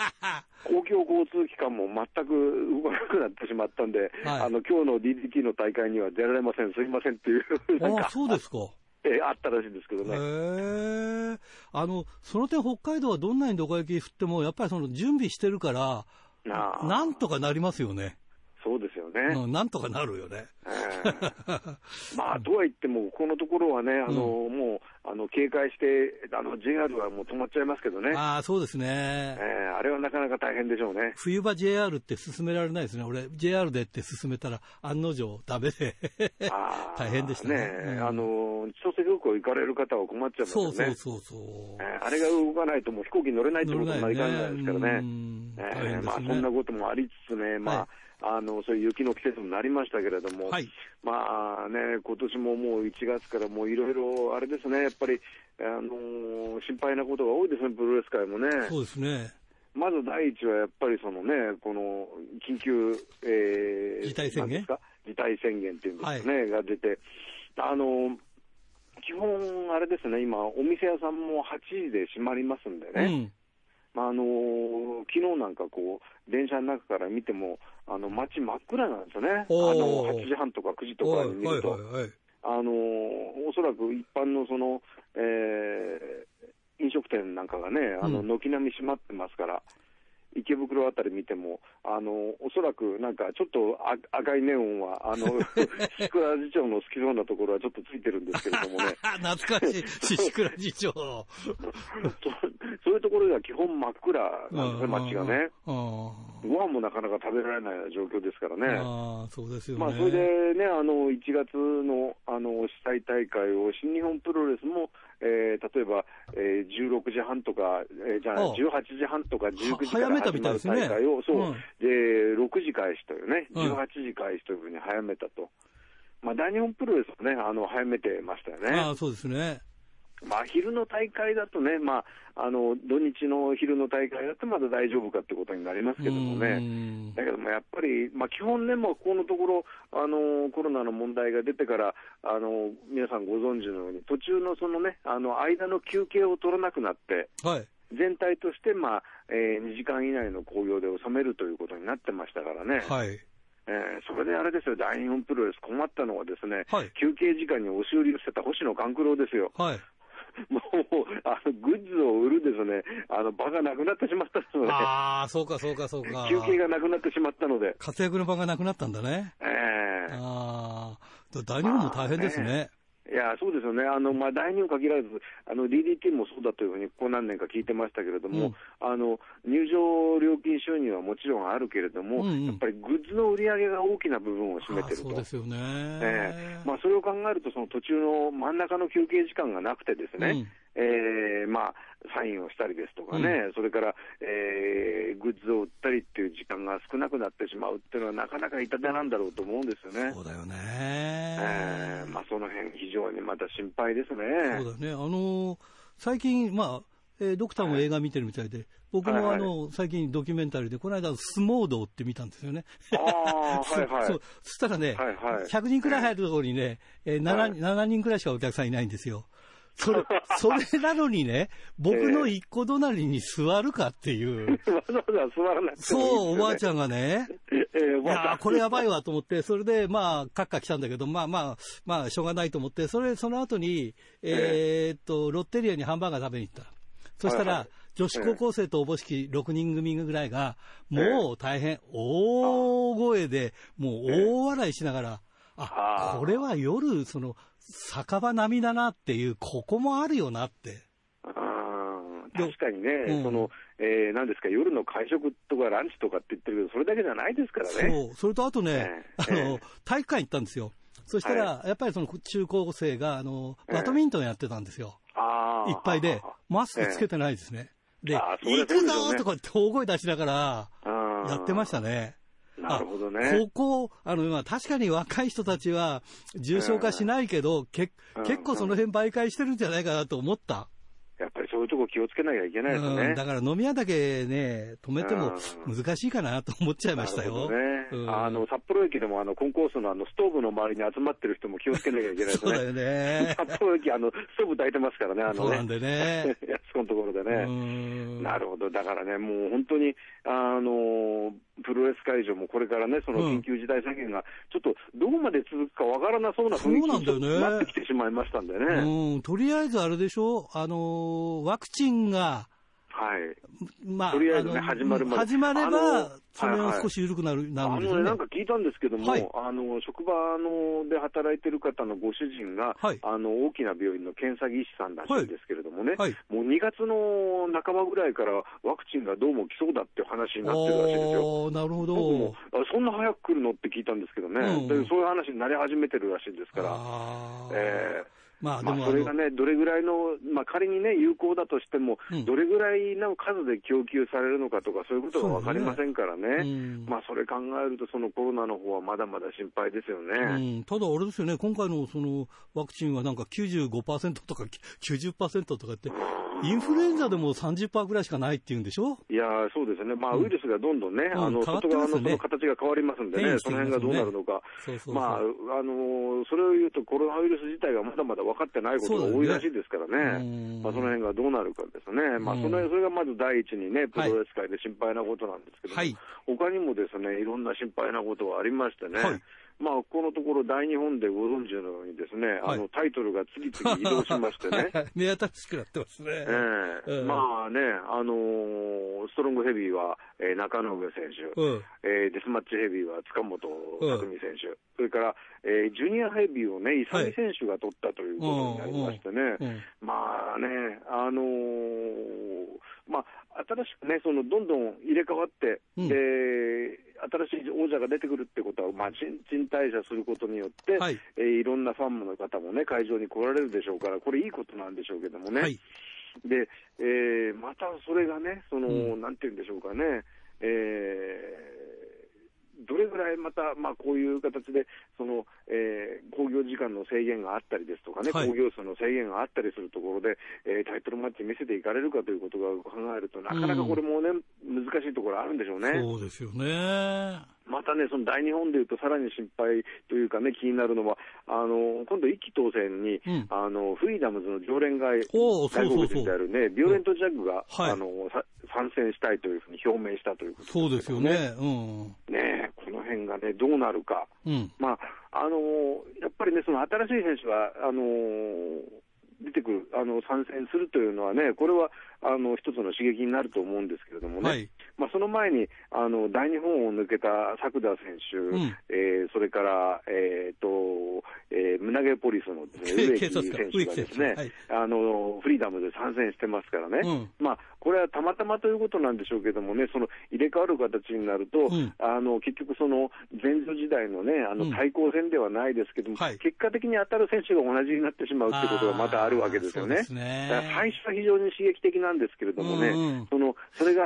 C: 公共交通機関も全く動かなくなってしまったんで、
A: はい
C: あの、今日の DDT の大会には出られません、すいませんっていう、なん
A: ああ、
C: か、
A: そうですか。
C: えあったらしいんですけど
A: へ
C: ね。
A: えあのその点、北海道はどんなにどか雪降っても、やっぱりその準備してるから、
C: なあ
A: なんとかなりますよね、
C: そうですよね。
A: うん、なんとかなるよね、
C: ええ まあ、とはいっても、ここのところはね、あの、もう、あの、警戒して、あの、JR はもう止まっちゃいますけどね。
A: ああそうです
C: え
A: ね、
C: えあれはなかなか大変でしょうね。
A: 冬場 JR って進められないですね、俺、JR でって進めたら、案の定、ダメで、
C: あー
A: 大変でしたね
C: え
A: うん
C: あの、千歳空港行かれる方は困っちゃいます
A: そ
C: よ
A: う
C: ね。
A: そうそうそ
C: ええあれが動かないともう飛行機乗れないっ
A: う、
C: てことになりかねないですから
A: う
C: ね。
A: ん
C: え
A: 大
C: え
A: 変で
C: まあ、
A: す
C: そ
A: ね、
C: んなこともありつつね、まあ、あの、そういう雪の季節もなりましたけれども、
A: はい、
C: まあね、今年ももう1月からもういろいろ、あれですね、やっぱり、あのー心配なことが多いですね、プロレス界もね。
A: そうですね、
C: まず第一はやっぱりそのね、この緊急、えー、
A: 事態宣言
C: なんですか事態宣言っていうんですかね、が出て、あのー基本、あれですね、今、お店屋さんも8時で閉まりますんで
A: う
C: ね、
A: ん、
E: まあ、あの昨日なんかこう、電車の中から見ても、あの街真っ暗なんですよね、あ
A: おー
E: の8時半とか9時と
A: はい
E: かに見ると、
A: はいはいはい。
E: あのおそらく一般のその、えー飲食店なんかがね、あの
A: うん
E: 軒並み閉まってますから、池袋あたり見ても、あのおそらくなんかちょっとあ赤いネオンは、あのシクラ次長の好きそうなところはちょっとついてるんですけれども ね。
A: あ 懐かしい、宍倉次長。
E: そそういうところでは基本真っ暗なんですね、街がね。
A: あ
E: ご飯もなかなか食べられないような状況ですから
A: あ、
E: ね。
A: ああそうですよね。
E: まあ、それでね、あの1月のあの主催大会を、新日本プロレスも、えー例えば、えー16時半とか、えーじゃ
A: あ
E: あ
A: あ
E: 18時半とか19時から
A: は早めたみたい
E: 始ま
A: で
E: る
A: すね
E: 大会を、そう
A: うん
E: で6時開始というね、
A: うん
E: 18時開始というふうに早めたと。まあ、大日本プロレスもね、あの早めてましたよね。
A: ああそうですね。
E: まあ、昼の大会だとね、まあ、あの土日の昼の大会だとまだ大丈夫かってことになりますけども
A: う
E: ね、
A: ん
E: だけどもやっぱり、まあ、基本ね、もうここのところ、あのコロナの問題が出てから、あの皆さんご存知のように、途中のそのね、あの間の休憩を取らなくなって、
A: はい。
E: 全体として、まあえ2時間以内の興行で収めるということになってましたからね。
A: はい。
E: えーそれであれですよ、大日本プロレス困ったのはですね、
A: はい
E: 休憩時間に押し売りをしてた星野勘九郎ですよ。
A: はい。
E: もう、あの、グッズを売るですね、あの、場がなくなってしまったので、
A: ああ、そうかそうかそうか。
E: 休憩がなくなってしまったので、
A: 活躍の場がなくなったんだね。
E: ええ
A: ああ、だ大日本も大変ですね。
E: いや、そうですよね。あの、まあ、第二に限らず、あの、DDT もそうだというふうに、ここ何年か聞いてましたけれども、
A: うん
E: あの、入場料金収入はもちろんあるけれども、
A: うんうん
E: やっぱりグッズの売り上げが大きな部分を占め
A: あ
E: て
A: あ
E: る
A: そう
E: と
A: で。すよね。
E: ええまあ、それを考えると、その途中の真ん中の休憩時間がなくてですね、
A: うん
E: ええまあ、サインをしたりですとかね、それから、ええグッズを売ったりっていう時間が少なくなってしまうっていうのは、なかなか痛手なんだろうと思うんですよね
A: そ。うだよね。
E: ええまあ、その辺非常にまた心配ですね。
A: そうだね。あのー最近、まあ、えードクターも映画見てるみたいで、僕も
E: は
A: あ
E: いはい
A: の、最近ドキュメンタリーで、この間、スモードって見たんですよね。
E: ああ、はいはい。
A: そう。そしたらね、
E: はいはい
A: 100人くらい入るところにね、えー 7,
E: はい
A: 7人くらいしかお客さんいないんですよ。そ れ、それなのにね、僕の一個隣に座るかって いう。
E: わざわざ座らなくてもいいですよね、
A: そう、おばあち
E: ゃん。
A: ゃんがね、
E: ええお
A: い
E: ばあちゃ
A: やー。
E: ん
A: これやばいわと思って、 それで、まあ、カッカ来たんだけど、まあまあ、まあ、しょうがないと思って、それ、その後に、えーっと、ロッテリアにハンバーガー食べに行った。そした
E: はいは
A: ら
E: い、
A: 女子高校生とおぼしき6人組ぐらいが、
E: え
A: もう大変、大声で、もう大笑いしながら、あ
E: あ、ー
A: これは夜、その、酒場並みだなっていう、ここもあるよなって。
E: あー
A: で
E: 確かにね、
A: うん
E: その、えー、なんですか、夜の会食とかランチとかって言ってるけど、それだけじゃないですからね。
A: そう、それとあとね、あ
E: ええ
A: の、体育館行ったんですよ。そしたら、やっぱりその中高生が、あの、バドミントンやってたんですよ。
E: あー
A: いっぱいで、マスクつけてないですね。で、
E: あーそり
A: 行
E: ゃそう
A: く
E: で
A: ぞ
E: しょうね
A: ーとかって大声出しながら、やってまし。
E: あ
A: たね。
E: ーなるほどね。
A: あここ、あの、まあ確かに若い人たちは重症化しないけど、け
E: うん
A: 結構その辺媒介してるんじゃないかなと思った。
E: やっぱりそういうとこ気をつけなきゃいけないですね。
A: うん、だから飲み屋だけね、止めても難しいかなと思っちゃいましたよ。
E: なるほどね。あの、札幌駅でもあの、コンコースのあの、ストーブの周りに集まってる人も気をつけなきゃいけないです
A: そう
E: ね。
A: だよね。
E: 札幌駅、あの、ストーブ抱いてますからね、あ
A: そう
E: の
A: なんで
E: ね。
A: ね。
E: やそこのところでね。なるほど、だからね、もう本当に、あのプロレス会場もこれからね、その
A: うん
E: 緊急事態宣言が、ちょっとどこまで続くかわからなそうな雰囲
A: そう
E: 気
A: なん
E: に
A: だよね
E: ちょっとなってきてしまいましたんでね、
A: ほ
E: はい、
A: うん、とりあえずあれでしょあのーワクチンが、まあ、
E: とりあえずね
A: の
E: 始まるまで
A: 始まれ
E: あの
A: ば
E: ー、
A: それ
E: はいは
A: はい少し緩くなる、な
E: あの
A: るんです
E: ね、なん
A: ね。
E: か聞いたんですけども、
A: はい
E: あの職場ので働いてる方のご主人が、
A: はい
E: あの大きな病院の検査技師さんらしいんですけれどもね、
A: はい
E: もう2月の半ばぐらいからワクチンがどうも来そうだっていう話になってるらしいですよ。
A: おーなるほ
E: 僕も
A: ど。
E: あそんな早く来るのって聞いたんですけどね、
A: うん
E: でそういう話になり始めてるらしいですから、
A: あー
E: え
A: まあで
E: ーま
A: も、
E: あ、それがね、どれぐらいの、まあ、仮にね、有効だとしても、
A: うん
E: どれぐらいの数で供給されるのかとか、そういうことが分かりませんから
A: あの
E: ね、
A: うん
E: まあ、それ考えると、そのコロナの方はまだまだ心配ですよ
A: う
E: ね。
A: ん、ただあれですよね、今回のそのワクチンはなんか95%とか90%とかって、インフルエンザでも30%ぐらいしかないっていうんでしょ
E: いやーそうですね、まあ、
A: うん
E: ウイルスがどんどんね、
A: ん
E: あの
A: 変わって
E: 外
A: ま
E: 側
A: すよ
E: のそ
A: ね
E: の形が変わりますんで
A: 変
E: ね、
A: 異して
E: そ
A: きます
E: の
A: よね
E: 辺がどうなるのか、
A: そうそうそう。
E: まああのーそれを言うと、コロナウイルス自体がまだまだ分かってないことが
A: そうだよね
E: 多いらしいですからね、
A: うん
E: まあ、その辺がどうなるかですね、まあ
A: うん
E: その辺それがまず第一にね、プロレス界で心配なことなんですけど、
A: はい
E: 他にもですねいろんな心配なことがありましてね。
A: はい
E: まあ、このところ、大日本でご存知のようにですね、
A: はい
E: あのタイトルが次々移動しましてね、
A: 目新しくなってますね。
E: ええ
A: うん
E: まあね、あのーストロングヘビーは、えー中野上選手、
A: うん。
E: えーデスマッチヘビーは塚本拓海選手、それから、えージュニアヘビーをね、
A: は
E: 勇
A: い
E: 選手が取ったということになりましてね、
A: うん
E: まあね、あのーまあ、新しくね、そのどんどん入れ替わって、
A: うん
E: で新しい王者が出てくるってことは、まあ、新陳代謝することによって、
A: はい
E: えーいろんなファンの方もね、会場に来られるでしょうから、これ、いいことなんでしょうけどもね。
A: はい。
E: で、えーまたそれがね、その、
A: う
E: なんて言うんでしょうかね、えーどれぐらいまた、まあ、こういう形で、その、えー、興行時間の制限があったりですとかね、
A: はい
E: 興行数の制限があったりするところで、えータイトルマッチ見せていかれるかということが考えると、なかなかこれもね、難しいところあるんでしょうね。
A: そうですよね。
E: またね、その大日本でいうと、さらに心配というかね、気になるのは、あの今度、一期当選に、
A: うん
E: あのフリーダムズの常連外
A: おうそう
E: 外
A: そうそう
E: 国人であるね、ビオレント・ジャッグが、
A: はい
E: あのさ参戦したいというふうに表明したということ
A: そうですよね。うん。
E: ねえ、この辺がね、どうなるか、
A: うん。
E: まああのやっぱりね、その新しい選手が、あの出てくるあの参戦するというのはね、これはあの一つの刺激になると思うんですけれどもね、
A: はい。
E: まあ、その前にあの大日本を抜けた作田選手、
A: うん
E: えーそれから、えーとえー、胸毛ポリスのですね
A: け
E: 植木
A: 警察官
E: 選手がですね、
A: 植木選
E: あのフリーダムで参戦してますからね、
A: うん
E: まあ、これはたまたまということなんでしょうけどもね、その入れ替わる形になる
A: う
E: と、
A: ん
E: あの結局、その前女時代の,、ね、あ
A: う
E: の
A: ん
E: 対抗戦ではないですけども、
A: はい
E: 結果的に当たる選手が同じになってしまうってことがまたあるわけですよ
A: あ
E: ね
A: ーそうです。ね
E: だから最初は非常に刺激的なんですけれどもね、
A: うんうん
E: そのそれが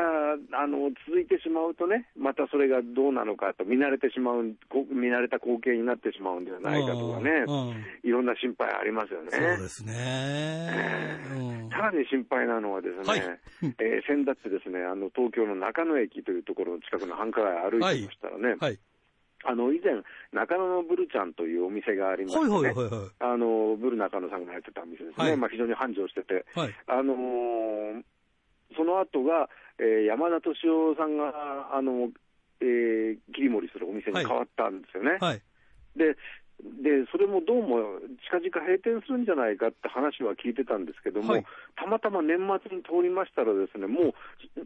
E: あの続いてしまうとね、またそれがどうなのかと、見慣れてしまう、こ見慣れた光景になってしまうんではないかとかね、
A: うんうん
E: いろんな心配ありますよね。
A: そうですね。うん。
E: さらに心配なのはですね、
A: はい
E: えー先だってですね、あの東京の中野駅というところの近くの繁華街歩いてましたらね、
A: はい。
E: あの以前、中野のブルちゃんというお店がありまして、
A: はい
E: ね
A: はいはいは
E: あのブル中野さんがやってたお店ですね、
A: はい
E: まあ、非常に繁盛してて、
A: い。はい。
E: あのーその後が、えー山田敏夫さんが、あのえー切り盛りするお店に変わったんですよね。
A: はい。
E: でで、それもどうも近々閉店するんじゃないかって話は聞いてたんですけども、
A: はい
E: たまたま年末に通りましたら、ですねも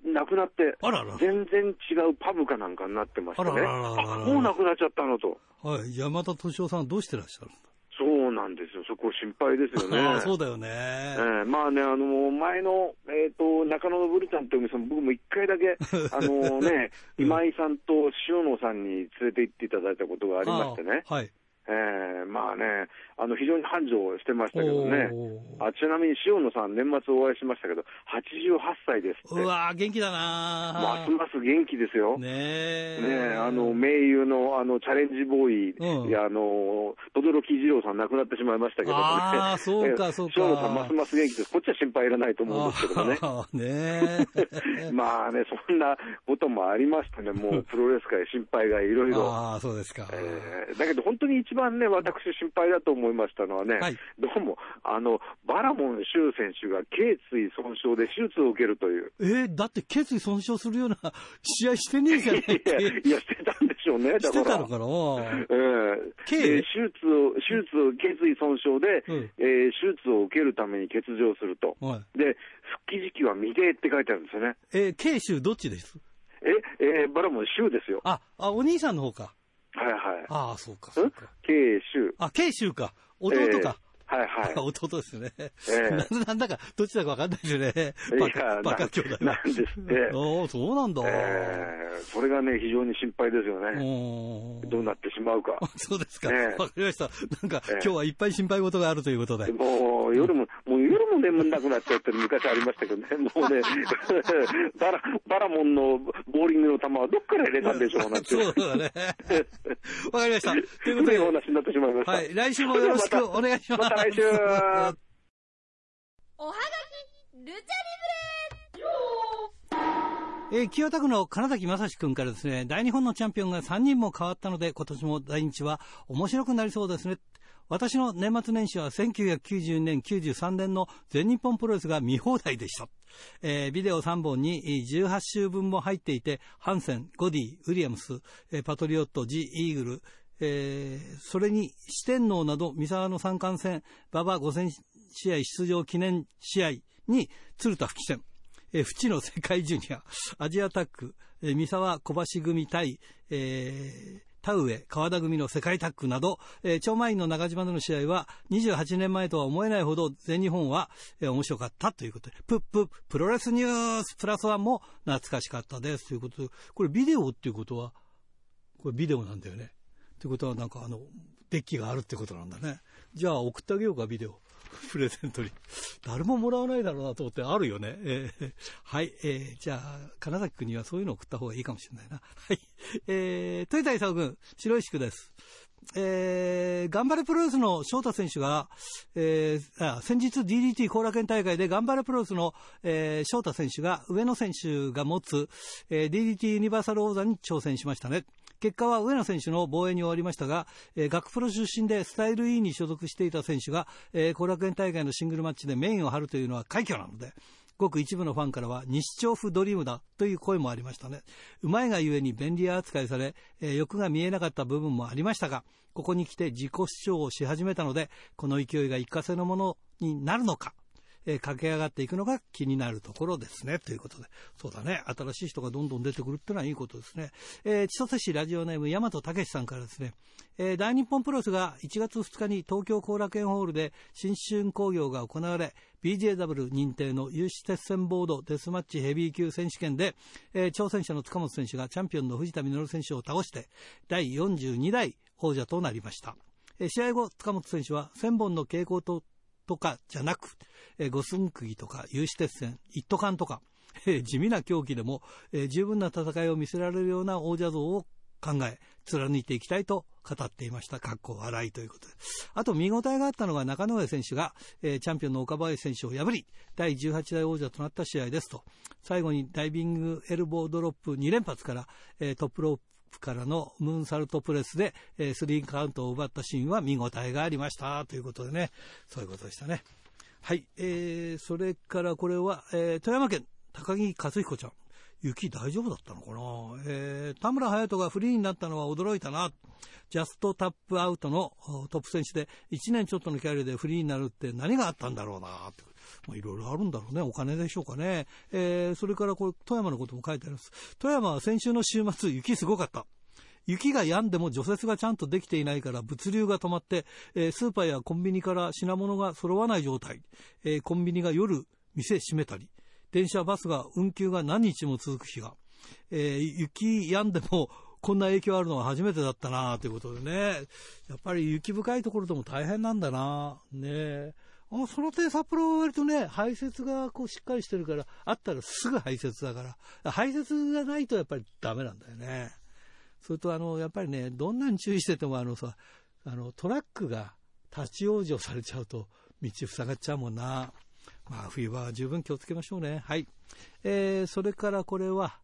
E: うなくなって、
A: あらら。
E: 全然違うパブかなんかになってましてね、
A: あらららららら
E: あもうなくなっちゃったのと、
A: はい。山田敏夫さんはどうしてらっしゃるん
E: そうなんですよ、そこ心配ですよ
A: だああ、
E: ね。
A: そうだよね。
E: ええまあね、あの前の、えー、と中野のブルちゃんというお店も、僕も一回 だけ、あのね、今井さんと塩野さんに連れて行っていただいたことがありましてね、
A: ああはい。
E: ええまあね、あの非常に繁盛してましたけどね
A: おー
E: あ、ちなみに塩野さん、年末お会いしましたけど、88歳ですって、
A: う
E: ま
A: わー、元気だな
E: すます元気ですよ。
A: ね
E: ね
A: え。
E: えあの、盟友の、あの、チャレンジボーイ、
A: うん
E: いや、あの、轟木二郎さん亡くなってしまいましたけどもね。
A: あーそうかそうか
E: ええ生野さん、ますます元気です。こっちは心配いらないと思うんですけどもね。
A: あーねえ
E: まあね、そんなこともありましてね、もうプロレス界心配がいろいろ。
A: ああ、そうですか。
E: えーだけど本当に一番ね、私心配だと思いましたのはね、
A: はい
E: どうも、あの、バラモン周選手が頸椎損傷で手術を受けるという。
A: えーだって決意損傷するような 試合してねえじゃないっ
E: いや、
A: て。
E: いや、してたんでしょうね、だから。
A: してたのかなうん
E: え
A: 経
E: え
A: 営
E: で手術を、手術を、頸椎損傷で、
A: うん
E: えー手術を受けるために欠場すると。
A: はい。
E: で、復帰時期は未定って書いてあるんですよね。
A: えー、慶州どっちです
E: え、えーバラモン州ですよ。
A: あ、あ、お兄さんの方か。
E: はいはい。
A: ああ、そうか、そ
E: うん
A: うか。
E: 慶州。
A: あ、慶州か。弟か。
E: えーはいはい。
A: あ弟ですね。
E: え
A: ななんだか、どっちだかわかんないですよね。バ
E: いや
A: カ、バカ 兄弟
E: ななんです って
A: ああ、そうなんだ。
E: えーそれがね、非常に心配ですよね。
A: おー
E: どうなってしまうか。
A: そうですか。わ、
E: ええ
A: かりました。なんか、
E: ええ
A: 今日はいっぱい心配事があるということで。
E: もう夜も、もう夜も眠んなくなっちゃうって昔ありましたけ どね、もうね、 バラ、バラモンのボーリングの球はどっから入れたんでしょうなんて。
A: そうだ ね。わかりました。ということ
E: 古い
A: で
E: お、話になってしまいました。
A: はい、来週もよろしくお願いします。
E: また来週
A: また
F: おはがきレルチャリブレ
A: えー、清田区の金崎正史君からですね、大日本のチャンピオンが3人も変わったので、今年も大日は面白くなりそうですね。私の年末年始は1990年、93年の全日本プロレスが見放題でした。えービデオ3本にえー18週分も入っていて、ハンセン、ゴディ、ウィリアムス、えーパトリオット、ジ・イーグル、えーそれに四天王など三沢の三冠戦、馬場5000試合出場記念試合に鶴田復帰戦。えー、淵の世界ジュニア、アジアタック、えー三沢小橋組対、えー田植川田組の世界タックなど、えー、超満員の中島での試合は、28年前とは思えないほど全日本は、えー面白かったということで、プップップロレスニュースプラスワンも懐かしかったですということで、これビデオっていうことは、これビデオなんだよね。ってことはなんかあの、デッキがあるってことなんだね。じゃあ送ってあげようか、ビデオ。 プレゼントに。誰ももらわないだろうなと思って、あるよね。え ーはい、えーじゃあ、金崎君にはそういうの送った方がいいかもしれないな。 はい。えー、豊田勲君、白石区です。えー、頑張れプロレスの翔太選手が、えーあ先日 DDT 後楽園大会で頑張れプロレスの、えー翔太選手が、上野選手が持つ、えー DDT ユニバーサル王座に挑戦しましたね。結果は上野選手の防衛に終わりましたが、えー学プロ出身でスタイル E に所属していた選手が、えー後楽園大会のシングルマッチでメインを張るというのは快挙なので、ごく一部のファンからは西調布ドリームだという声もありましたね。うまいがゆえに便利屋扱いされ、えー欲が見えなかった部分もありましたが、ここに来て自己主張をし始めたので、この勢いが一過性のものになるのか。えー駆け上がっていくのが気になるところですね。ということで。そうだね。新しい人がどんどん出てくるってのはいいことですね。えー千歳市ラジオネーム、大和武さんからですね、えー大日本プロレスが1月2日に東京後楽園ホールで新春興行が行われ、BJW 認定の有志鉄線ボードデスマッチヘビー級選手権で、えー挑戦者の塚本選手がチャンピオンの藤田実選手を倒して、第42代王者となりました。えー試合後、塚本選手は1000本の傾向ととかじゃなく、えー、五寸釘とか有刺鉄線、一斗缶とか、 えー地味な競技でも、えー十分な戦いを見せられるような王者像を考え、貫いていきたいと語っていました。かっこ笑いということで。あと見応えがあったのが中野上選手が、えーチャンピオンの岡林選手を破り、第18代王者となった試合ですと。最後にダイビングエルボードロップ2連発から、えートップロープからのムーンサルトプレスで、えースリーカウントを奪ったシーンは見応えがありました。ということでね、そういうことでしたね。はい、えー、それからこれは、えー富山県高木克彦ちゃん。雪大丈夫だったのかな、えー、田村隼人がフリーになったのは驚いたな。ジャストタップアウトのおトップ選手で1年ちょっとのキャリアでフリーになるって何があったんだろうなって。まあ、いろいろあるんだろうね。お金でしょうかね。えー、それからこれ、富山のことも書いてあります。富山は先週の週末、雪すごかった。雪が止んでも除雪がちゃんとできていないから物流が止まって、えースーパーやコンビニから品物が揃わない状態、えーコンビニが夜店閉めたり、電車バスが運休が何日も続く日が、えー雪止んでもこんな影響あるのは初めてだったなということでね、やっぱり雪深いところでも大変なんだなねえあのその点札幌は割とね、排泄がこうしっかりしてるから、あったらすぐ排泄だから、排泄がないとやっぱりダメなんだよね。それとあの、やっぱりね、どんなに注意してても、あのさ、あの、トラックが立ち往生されちゃうと、道塞がっちゃうもんな。まあ、冬場は十分気をつけましょうね。はい。えー、それからこれは、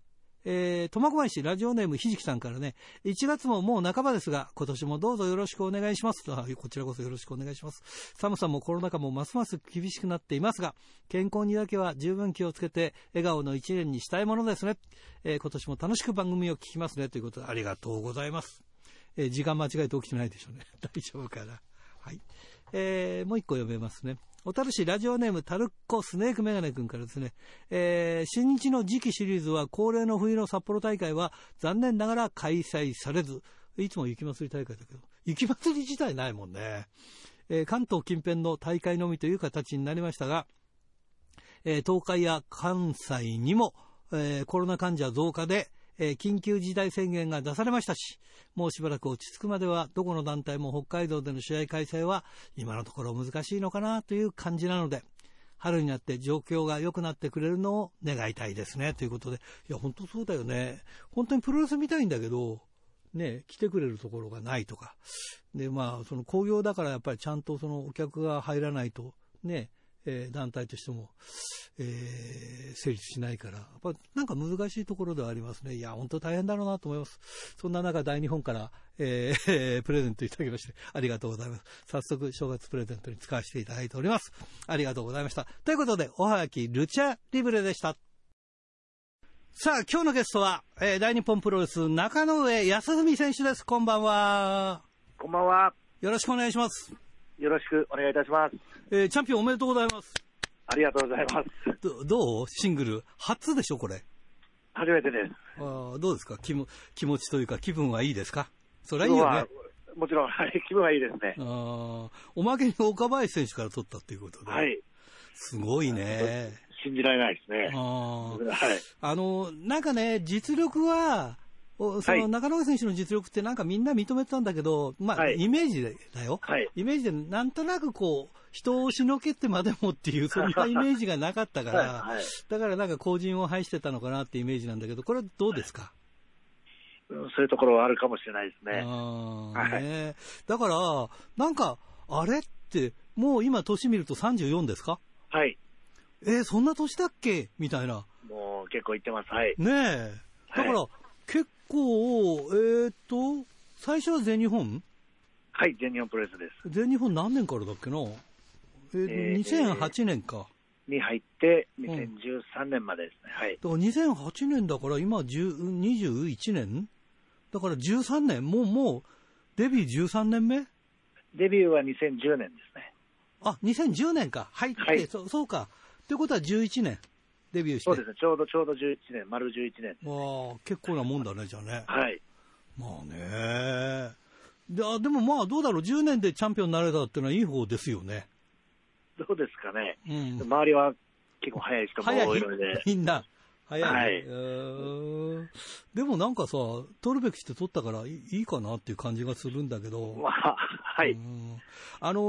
A: えー、苫小牧市ラジオネームひじきさんからね、1月ももう半ばですが、今年もどうぞよろしくお願いします。あこちらこそよろしくお願いします。寒さもコロナ禍もますます厳しくなっていますが、健康にだけは十分気をつけて、笑顔の一年にしたいものですね。えー今年も楽しく番組を聞きますね。ということで、ありがとうございます。えー時間間違えて起きてないでしょうね。 大丈夫かな。はい。えーもう一個読めますね。小樽市ラジオネームタルッコスネークメガネ君からですね、えー新日の次期シリーズは恒例の冬の札幌大会は残念ながら開催されず、いつも雪祭り大会だけど、雪祭り自体ないもんね。えー関東近辺の大会のみという形になりましたが、えー東海や関西にも、えーコロナ患者増加で、えー緊急事態宣言が出されましたし、もうしばらく落ち着くまでは、どこの団体も北海道での試合開催は、今のところ難しいのかなという感じなので、春になって状況が良くなってくれるのを願いたいですね、ということで。いや、本当そうだよね。本当にプロレス見たいんだけど、ね、来てくれるところがないとか。で、まあ、その興行だからやっぱりちゃんとそのお客が入らないと、ね、えー団体としても、えー成立しないから、やっぱなんか難しいところではありますね。いや、本当大変だろうなと思います。そんな中、大日本から、えー プレゼントいただきまして、ありがとうございます。早速、正月プレゼントに使わせていただいております。ありがとうございました。ということで、おはがき、ルチャリブレでした。さあ、今日のゲストは、えー大日本プロレス、中野上康文選手です。こんばんは。
F: こんばんは。
A: よろしくお願いします。
F: よろしくお願いいたします。
A: えーチャンピオンおめでとうございます。
F: ありがとうございます。
A: どどうシングル。初でしょ、これ。
F: 初めてです。
A: あーどうですか気も気持ちというか、気分はいいですかそれはいい
F: 今日
A: よ
F: は
A: ね。
F: もちろん、はい、気分はいいですね
A: あ。ーおまけに岡林選手から取ったということで。
F: はい。
A: すごいね。
F: 信じられないですね。
A: あー
F: はい。
A: あの、なんかね、実力は、おそ
F: は
A: の
F: い
A: 中野選手の実力ってなんかみんな認めてたんだけど、まあ、
F: はい
A: イメージでだよ。
F: はい
A: イメージでなんとなくこう、人を押しのけてまでもっていう、そん なイメージがなかったから、
F: はいはい
A: だからなんか後陣を排してたのかなってイメージなんだけど、これはどうですか、
F: うんそういうところはあるかもしれないですね。
A: あー
F: はい
A: ねだから、なんか、あれって、もう今年見ると34ですか
F: はい。
A: えーそんな年だっけみたいな。
F: もう結構行ってます。はい。
A: ねえ。だから、結構、えっ、と、最初は全日本
F: はい、全日本プロレスです。
A: 全日本何年からだっけなえー
F: えー
A: 2008年か。
F: に入って、
A: ん
F: 2013年までですね。はい。
A: だから2008年だから今10 21年だから13年もうもうデビュー13年目
F: デビューは2010年ですね。
A: あ、2010年か。入って、
F: はい
A: そそうか。ということは11年デビューして。
F: そうですね。ちょうど、ちょうど11年、丸11年。
A: わあ、結構なもんだね、じゃあね。
F: はい。
A: まあね。であでもまあどうだろう、10年でチャンピオンになれたっていうのはいい方ですよね。
F: どうですかね。
A: うん。
F: 周りは結構早い人
A: 早
F: も多
A: い
F: いので。、
A: みんな。早い。
F: はいう
A: ーんでもなんかさ、取るべきして取ったからいいいいかなっていう感じがするんだけど。
F: まあ、は
A: う
F: い。
A: んあの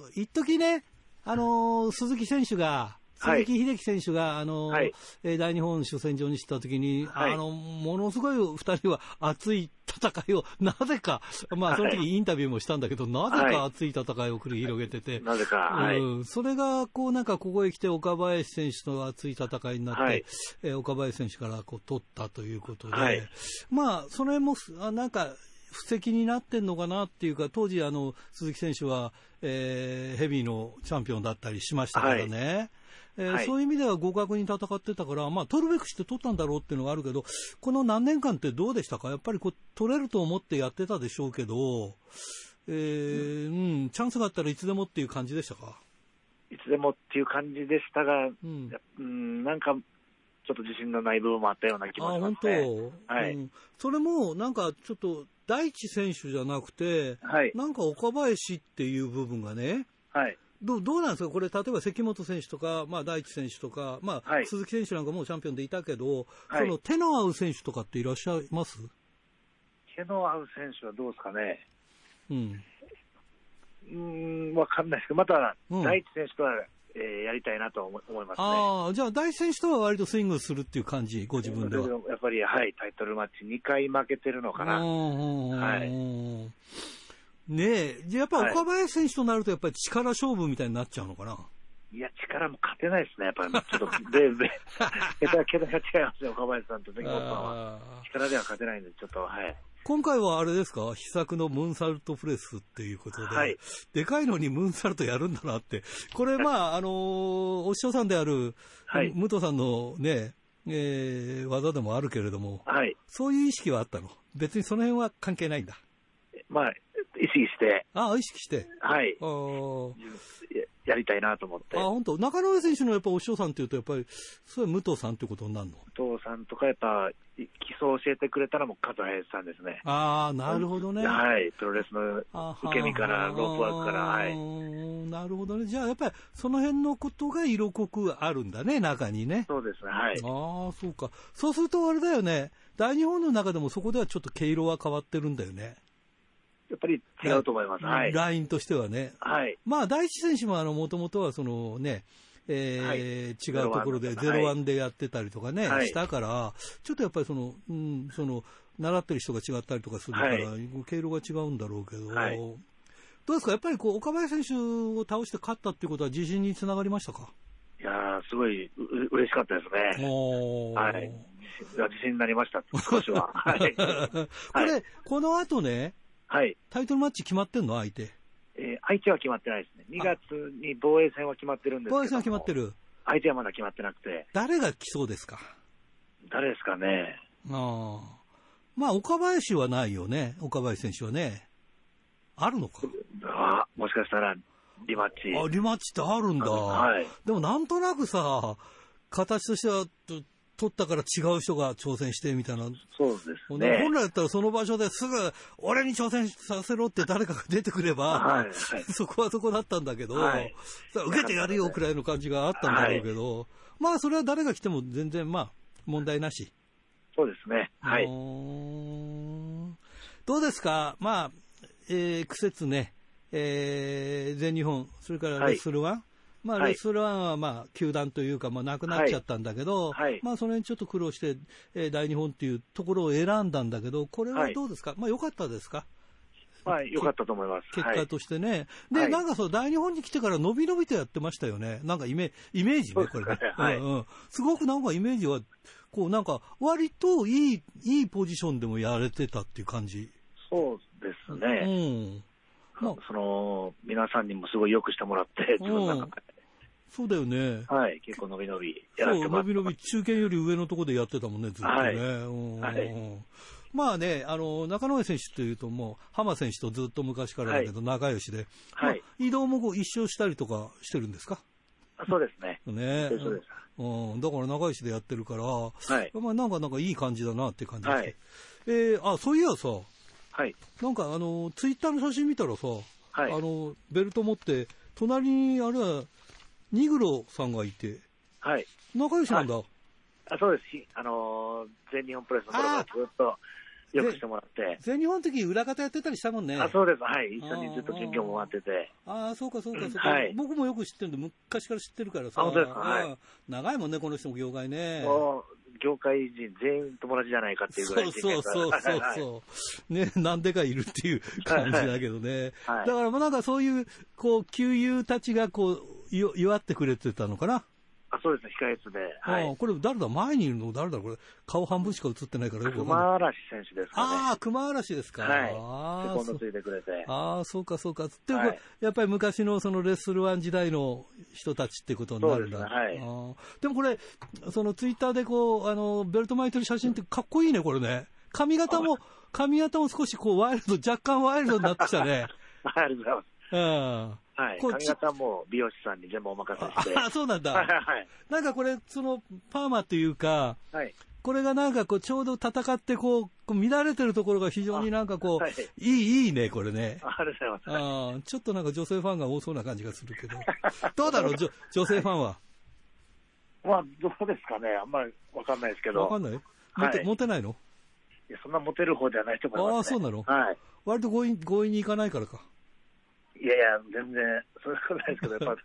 A: ー一時ね、あのー鈴木選手が、
F: はい
A: 鈴木秀樹選手が、あのー
F: はい
A: えー大日本主戦場にしたときに、
F: はい
A: あの、ものすごい二人は熱い戦いを、なぜか、まあ、その
F: は
A: 時インタビューもしたんだけど、なぜ
F: はい
A: か熱い戦いを繰り広げてて、
F: なぜか、はい。
A: うん、それが、こう、なんか、ここへ来て、岡林選手と熱い戦いになって、
F: はい
A: えー岡林選手から、こう、取ったということで、
F: はい
A: まあ、それも、あなんか、布石になってんのかなっていうか、当時、あの、鈴木選手は、えーヘビーのチャンピオンだったりしましたからね。えー
F: はい
A: そういう意味では互角に戦ってたから、まあ、取るべくして取ったんだろうっていうのがあるけど、この何年間ってどうでしたかやっぱりこう取れると思ってやってたでしょうけど、えーうん、チャンスがあったらいつでもっていう感じでしたか
F: いつでもっていう感じでしたが、
A: うん
F: や。うん、なんか、ちょっと自信のない部分もあったような気
A: あ、
F: もしま
A: 本
F: す
A: 当、
F: ね。はい
A: うん。それも、なんかちょっと、大地選手じゃなくて、
F: はい、
A: なんか岡林っていう部分がね、
F: はい、
A: どうどうなんですか、これ、例えば関本選手とか、まあ、大地選手とか、まあ
F: はい
A: 鈴木選手なんかもうチャンピオンでいたけど、
F: は
A: そ
F: い
A: の手の合う選手とかっていらっしゃいます、
F: 毛の合う選手はどうですかね、
A: うん、
F: うーん、わかんないですけど、また、
A: うん
F: 第一選手とは、えーやりたいなと思思いますね。
A: ああ、じゃあ、大地選手とは割とスイングするっていう感じ、ご自分では。
F: やっぱり、はい、タイトルマッチ2回負けてるのかな。
A: は。
F: はい
A: ねえ、じゃあやっぱ
F: はい
A: 岡林選手となると、やっぱり力勝負みたいになっちゃうのかな。
F: いや、力も勝てないですね、やっぱり。ちょっと、で、で、 桁が桁が違いますね、岡林さんと関本さんは。
A: あー
F: 力では勝てないんで、ちょっと、はい。
A: 今回はあれですか、秘策のムーンサルトプレスっていうことで、
F: はい
A: でかいのにムーンサルトやるんだなって、これ、まあ、あのーお師匠さんである、
F: はい
A: 武藤さんのね、えー技でもあるけれども、
F: はい。
A: そういう意識はあったの別にその辺は関係ないんだ。
F: まあ、意識して、
A: ああ、意識して。
F: はい、
A: あー
F: ややりたいなと思って。
A: あ、本当。中野上選手のやっぱお師匠さんっていうと、やっぱり、それは武藤さんってことになるの
F: お父さんとか、やっぱ、基礎を教えてくれたらもう、和林さんですね。
A: ああ、なるほどね。
F: はい、プロレスの
A: あは
F: 受け身から、ロープワークから、はい。
A: なるほどね。じゃあ、やっぱり、その辺のことが色濃くあるんだね、中にね。
F: そうですね、はい。
A: ああ、そうか。そうすると、あれだよね。大日本の中でもそこではちょっと毛色は変わってるんだよね。
F: やっぱり違うと思います。はい。
A: ラインとしてはね。
F: はい。
A: まあ、第一選手も、あの、もともとは、そのね、えー
F: はい
A: 違うところで、
F: ゼロワンだった
A: 01でやってたりとかね、
F: はい
A: したから、ちょっとやっぱりその、うん、その、習ってる人が違ったりとかするから、
F: は
A: 経路が違うんだろうけど、
F: はい
A: どうですか、やっぱりこう岡林選手を倒して勝ったっていうことは自信につながりましたか
F: いやー、すごいうう嬉しかったですね。
A: おー
F: はいいや自信になりました、少 しは。はい。
A: これ、この後ね、
F: はい。
A: タイトルマッチ決まってんの、相手。
F: えー、相手は決まってないですね。2月に防衛戦は決まってるんですけど。
A: 小林さん決まって
F: る。
A: る。
F: 相手はまだ決まってなくて。
A: 誰が来そうですか
F: 誰ですかね。
A: ああ。まあ、岡林はないよね、岡林選手はね。あるのか。
F: あもしかしたら、リマッチ。
A: あ、リマッチってあるんだ。
F: はい。
A: でもなんとなくさ、形としては、と取ったから違う人が挑戦してみたいな。
F: そうです
A: ね
F: ね
A: 本。来だったらその場所ですぐ、俺に挑戦させろって誰かが出てくれば、
F: はいはい
A: そこはそこだったんだけど、
F: はい
A: さあ受けてやるよくらいの感じがあったんだろうけど、まあそれは誰が来ても全然まあ問題なし。
F: そうですね。は
A: うー
F: い。
A: んどうですかまあ、えー、苦節ね、えー、全日本、それからレッスルワン、まあ、
F: はい
A: レッスルワンは、まあ、球団というか、まあ、なくなっちゃったんだけど、
F: はいはい
A: まあ、その辺ちょっと苦労して、えー、大日本っていうところを選んだんだけど、これは
F: はい
A: どうですか、まあ、良かったですか
F: まあ、良かったと思います。
A: 結
F: はい
A: 果。としてね。で、
F: はい
A: なんかそう、大日本に来てから伸び伸びとやってましたよね。なんかイメイメージね、こ
F: そう
A: れ
F: です
A: ね
F: ね。はい
A: うんうん。すごくなんかイメージは、こうなんか、割といい、いいポジションでもやれてたっていう感じ。
F: そうです
A: う
F: ね。
A: ん。まあ、
F: その、皆さんにもすごいよくしてもらって、自分の中で。
A: そうだよね。
F: はい。結構伸び伸びやらせ
A: そ
F: て
A: う、
F: も
A: 伸
F: らっ
A: び
F: て
A: 伸
F: ます。
A: び、中堅より上のところでやってたもんね、ずっとね。
F: はい
A: うん
F: はい
A: まあね、あの、中野選手というともう、浜選手とずっと昔からだけど、仲良しで。
F: はい
A: まあ移動もこう一生したりとかしてるんですか
F: あそうですね。
A: ね
F: そうです
A: うん、だから長石でやってるから、
F: はい。
A: まあなんかなんかいい感じだなって感じで、
F: はい
A: えーあ、そういやさ、
F: はい。
A: なんかあの、ツイッターの写真見たらさ、
F: はい
A: あの、ベルト持って、隣にあれは、ニグロさんがいて、
F: はい。
A: 仲良しなんだ。
F: あそうですし、あのー全日本プロレスの頃から
A: あ
F: ずっとよくしてもらって、
A: 全日本の時裏方やってたりしたもんね。
F: あそうです、はい、一緒にずっと準拠も回ってて、
A: ああ、そうかそうかそうか、
F: はい
A: 僕もよく知ってるんで、昔から知ってるからさ。
F: あ本当ですかはい
A: うん長いもんね、この人も業界ね。
F: もう業界人全員友達じゃないかっていうぐらい人間
A: そうそうそうそう
F: はい
A: そう。ね、なんでかいるっていう感じだけどね。
F: はい
A: だからもうなんかそういう、こう、旧友たちがこう、ゆ祝ってくれてたのかな。
F: あそうですね、控え室で、は
A: ああ
F: い、
A: これ誰だ前にいるの誰だこれ。顔半分しか映ってないからよくわかんない。
F: 熊嵐選手ですかね、
A: ああ、熊嵐ですか。
F: はい
A: あ
F: セコ
A: あ
F: ンド
A: そ
F: ついてくれて、
A: ああ、そうかそうか。っていうか、
F: はい
A: やっぱり昔のそのレッスルワン時代の人たちってことになるんだ。
F: そうですねはい
A: ああでもこれ、そのツイッターでこう、あの、ベルト巻いてる写真ってかっこいいね、これね。髪型も、髪型も少しこうワイルド、若干ワイルドになってきた ね。
F: はいありがとうございます。
A: うん。
F: はい、
A: こっ
F: 髪
A: ち
F: 型も美容師さんに全部お任せして、
A: ああ、そうなん
F: はい
A: だ。
F: はい
A: なんかこれ、その、パーマっていうか、
F: はい、
A: これがなんかこう、ちょうど戦ってこう、こう乱れてるところが非常になんかこう、
F: はい
A: い、い、いいね、これね。
F: あありがとうございます。
A: あーちょっとなんか女性ファンが多そうな感じがするけど、ど うだろう、じょ女性ファンは。
F: まあ、どうですかね、あんまりわかんないですけ
A: わか
F: ど
A: ん、ないモテ,、
F: はい
A: モテないの
F: いやそんなモテる方ではないと思います、ね。
A: ああそうなの
F: はい
A: 割と強引強引に行かないからか。
F: いやいや、全然、そういうことないですけど、やっ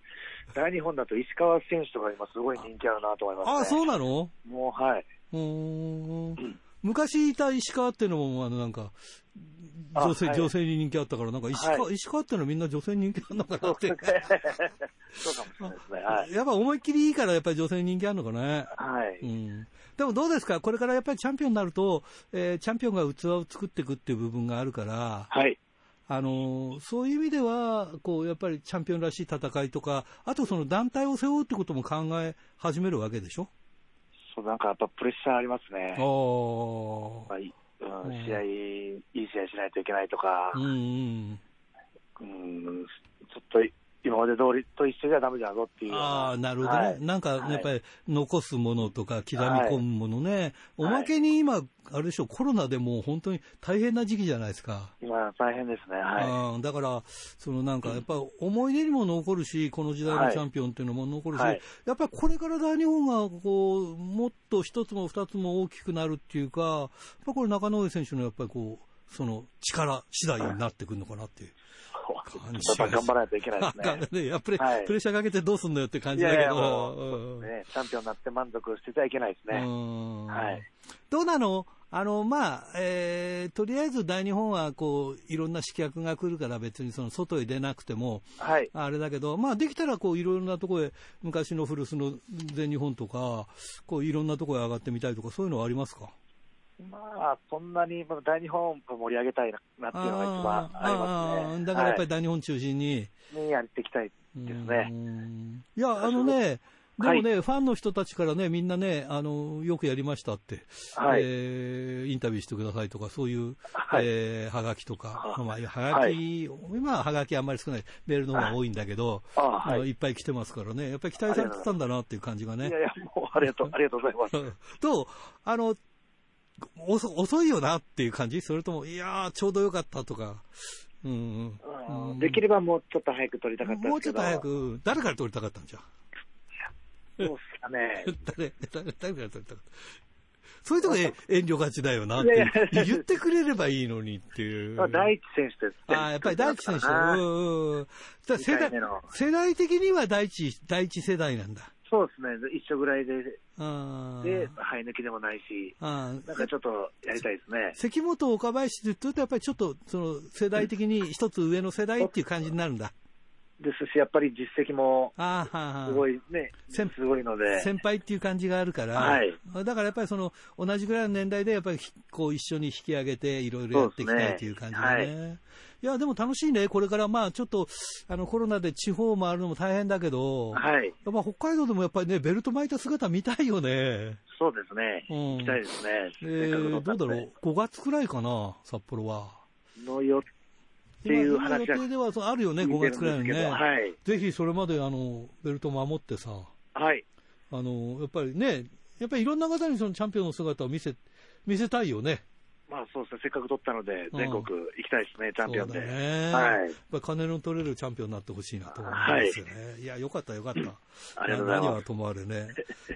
F: ぱ、 大日本だと石川選手とか今すごい人気あるなと思います、ね。
A: ああ、そうなの
F: もう、はい。
A: うーん。昔いた石川っていうのも、あの、なんか、女性、
F: あはい
A: 女性に人気あったから、なんか石川、
F: は
A: 石川ってのはみんな女性に人気あるのかなって。
F: そうかもしれないですね。はい。
A: やっぱ思いっきりいいから、やっぱり女性に人気あるのかね。
F: は
A: う
F: い。
A: んでもどうですか、これからやっぱりチャンピオンになると、えーチャンピオンが器を作っていくっていう部分があるから、
F: はい。
A: あのーそういう意味ではこう、やっぱりチャンピオンらしい戦いとか、あとその団体を背負うってことも考え始めるわけでしょ。
F: そう、なんかやっぱプレッシャーありますね。
A: あ
F: はい。う、
A: うんん
F: 試合、いい試合しないといけないとか
A: あ、う、んうん、
F: うん、ちょっと今まで通りと一緒じゃダメだぞっていうよう
A: ああ、なるほどね、
F: はい
A: なんか
F: はい
A: やっぱり残すものとか、刻み込むものね、おまけに今、あれでしょ、コロナでもう本当に大変な時期じゃないですか。
F: 今大変ですね。は
A: うんだから、そのなんか、やっぱ思い出にも残るし、この時代のチャンピオンっていうのも残るし、
F: はいはい
A: やっぱりこれから大日本がこうもっと一つも二つも大きくなるっていうか、やっぱこれ、中野上選手のやっぱりこう、その力次第になってくるのかなっていう感
F: い。
A: じ
F: ちょ っとやっぱ頑張らないといけないですね。
A: ねやっぱり
F: はい
A: プレッシャーかけてどうすんのよって感じだけ
F: いやいや
A: ど
F: も
A: うん
F: ね、チャンピオンになって満足してちゃいけないですね。
A: うん
F: はい
A: どうなのあの、まあ、えーとりあえず大日本は、こう、いろんな試客が来るから別にその外へ出なくても、
F: はい。
A: あれだけど、まあ、できたら、こう、いろんなところへ、昔の古巣の全日本とか、こう、いろんなところへ上がってみたいとか、そういうのはありますか
F: まあ、そんなに、まあ大日本を盛り上げたいななっていうのが一番あります
A: あ
F: ね。
A: ーだからやっぱり
F: り、
A: 大日本中心に、
F: はい、にやっていきたい。ですね
A: うんいや、あのね、でもね、ファンの人たちからね、みんなね、あの、よくやりましたって、
F: はい
A: えーインタビューしてくださいとか、そういう、
F: はい
A: えーはがきとか、
F: あ
A: まあ、はがき、今ははがきあんまり少ない、メールの方が多いんだけど、
F: あはい
A: まあいっぱい来てますからね、やっぱり期待されてたんだなっていう感じがね
F: いや。いや、もう、ありがとう、ありがとうござ います。
A: と、あの、遅遅いよなっていう感じそれとも、いやー、ちょうどよかったとか、うんうん、
F: できればもうちょっと早く撮りたかったんですけど。
A: もうちょっと早。く、誰から撮りたかったんじゃん
F: そうっすかね。
A: 誰、誰、誰から撮りたかった。そういうとこで遠慮がちだよなっていう。言ってくれればいいのにっていう。
F: まあ、第一選手ですね。
A: ああ、やっぱり大地選手。う
F: かなん
A: うんうん。だから世代
F: 二回目の、
A: 世代的には大地、大地世代なんだ。
F: そうですね。一緒ぐらいで、
A: あー
F: で、生え抜きでもないし、
A: あー
F: なんかちょっとやりたいですね。
A: 関本岡林って言うと、やっぱりちょっと、その、世代的に一つ上の世代っていう感じになるんだ。
F: ですし、やっぱり実績も、
A: ああ、はーはー
F: すごいね、す
A: 先
F: ごいので。
A: 先輩っていう感じがあるから、
F: はい
A: だからやっぱりその同じぐらいの年代でやっぱりひこう一緒に引き上げていろいろやっていきたいっていう感じだ
F: そう
A: ね。
F: です
A: いやでも楽しいね、これからまあちょっとあのコロナで地方回るのも大変だけど、
F: はい。
A: やっぱ北海道でもやっぱりね、ベルト巻いた姿見たいよね、
F: そうですね。
A: うん
F: 行きたいですね。
A: え
F: せっかく
A: ー
F: の
A: どうだろ
F: ね
A: う、5月くらいかな、札幌は。
F: のよってい
A: 今
F: う
A: 今
F: 話
A: 予
F: が
A: 定ではそうあるよね、
F: 聞
A: 5
F: いてる
A: 月
F: ん
A: くらい
F: で
A: の
F: すけど、
A: ね、
F: はい。
A: ぜひそれまであのベルト守ってさ。
F: はい。
A: あの、やっぱりね、やっぱりいろんな方にそのチャンピオンの姿を見せ、見せたいよね。
F: まあそうですね、せっかく取ったので、
A: うん
F: 全国行きたいですね、チャンピオンで。
A: そうだね。
F: はい
A: やっぱり金の取れるチャンピオンになってほしいなと思いますよね。い、や、よかったよかった。
F: ありがとうございます
A: 何はともあれね。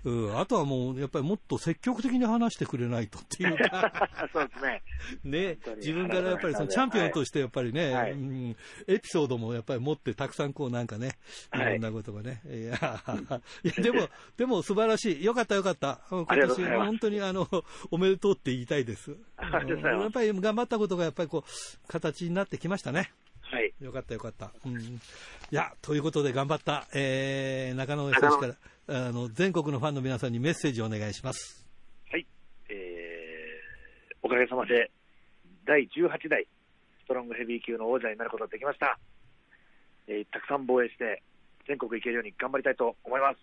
A: うん。あとはもう、やっぱりもっと積極的に話してくれないとっていうか。
F: そうですね。
A: ね
F: 本当、に
A: 自分からやっぱりそのチャンピオンとしてやっぱりね、
F: はい
A: うん、エピソードもやっぱり持ってたくさんこうなんかね、い
F: はい
A: ろんなことがね。いや、いやでも、でも素晴らしい。よかったよかった。うん
F: あり
A: 今年
F: がとうございます
A: 本当にあの、おめでとうって言いたいです。
F: ありがとうございま
A: う
F: す
A: んやっぱり頑張ったことがやっぱりこう、形になってきましたね。
F: はい。
A: よかったよかった。うん。いや、ということで頑張った、えー、中野選手から、あの、全国のファンの皆さんにメッセージをお願いします。
F: はい。えー、おかげさまで、第18代、ストロングヘビー級の王者になることができました。えー、たくさん防衛して、全国行けるように頑張りたいと思います。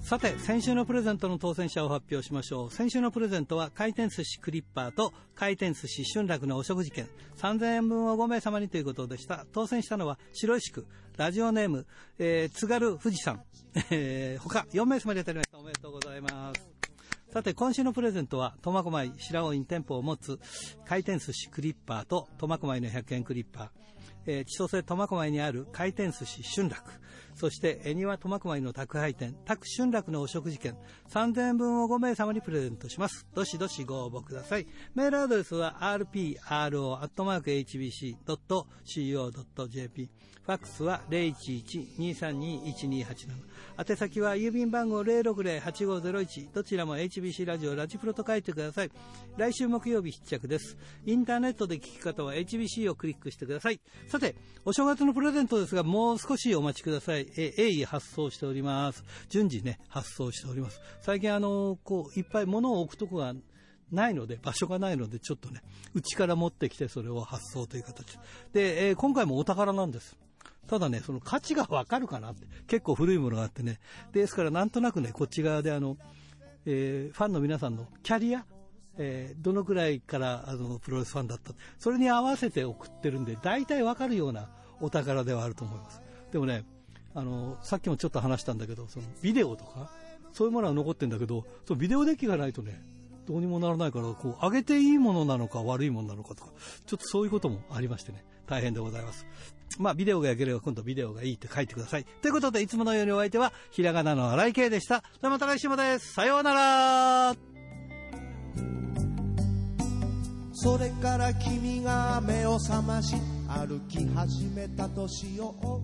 A: さて先週のプレゼントの当選者を発表しましょう先週のプレゼントは回転寿司クリッパーと回転寿司春楽のお食事券3000円分を5名様にということでした当選したのは白石区ラジオネーム、えー津軽富士山、えー、他4名様に当たりましたおめでとうございますさて今週のプレゼントは苫小牧白尾院店舗を持つ回転寿司クリッパーと苫小牧の100円クリッパー、えー千歳苫小牧にある回転寿司春楽そして恵庭苫小牧の宅配店宅春楽のお食事券3000円分を5名様にプレゼントしますどしどしご応募くださいメールアドレスは rpro.hbc.co.jp ファックスは011-232-1287宛先は郵便番号060-8501どちらも HBC ラジオラジプロと書いてください来週木曜日必着ですインターネットで聞き方は HBC をクリックしてくださいさてお正月のプレゼントですがもう少しお待ちくださいえ鋭意発送しております順次ね発送しております最近あのこういっぱい物を置くとこがないので、場所がないので、ちょっとね、うちから持ってきてそれを発送という形で。で、えー今回もお宝なんです。ただね、その価値がわかるかなって、結構古いものがあってね。ですから、なんとなくね、こっち側であの、えーファンの皆さんのキャリア、えーどのくらいからあのプロレスファンだった、それに合わせて送ってるんで、大体わかるようなお宝ではあると思います。でもね、あの、さっきもちょっと話したんだけど、そのビデオとか、そういうものは残ってんだけど、そのビデオデッキがないとね、どうにもならないから、こう、上げていいものなのか悪いものなのかとか、ちょっとそういうこともありましてね、大変でございます。まあ、ビデオが良ければ今度ビデオがいいって書いてください。ということで、いつものようにお相手は、ひらがなの荒井圭でした。ではまた来週もです。さようなら
B: それから君が目を覚まし歩き始めた年を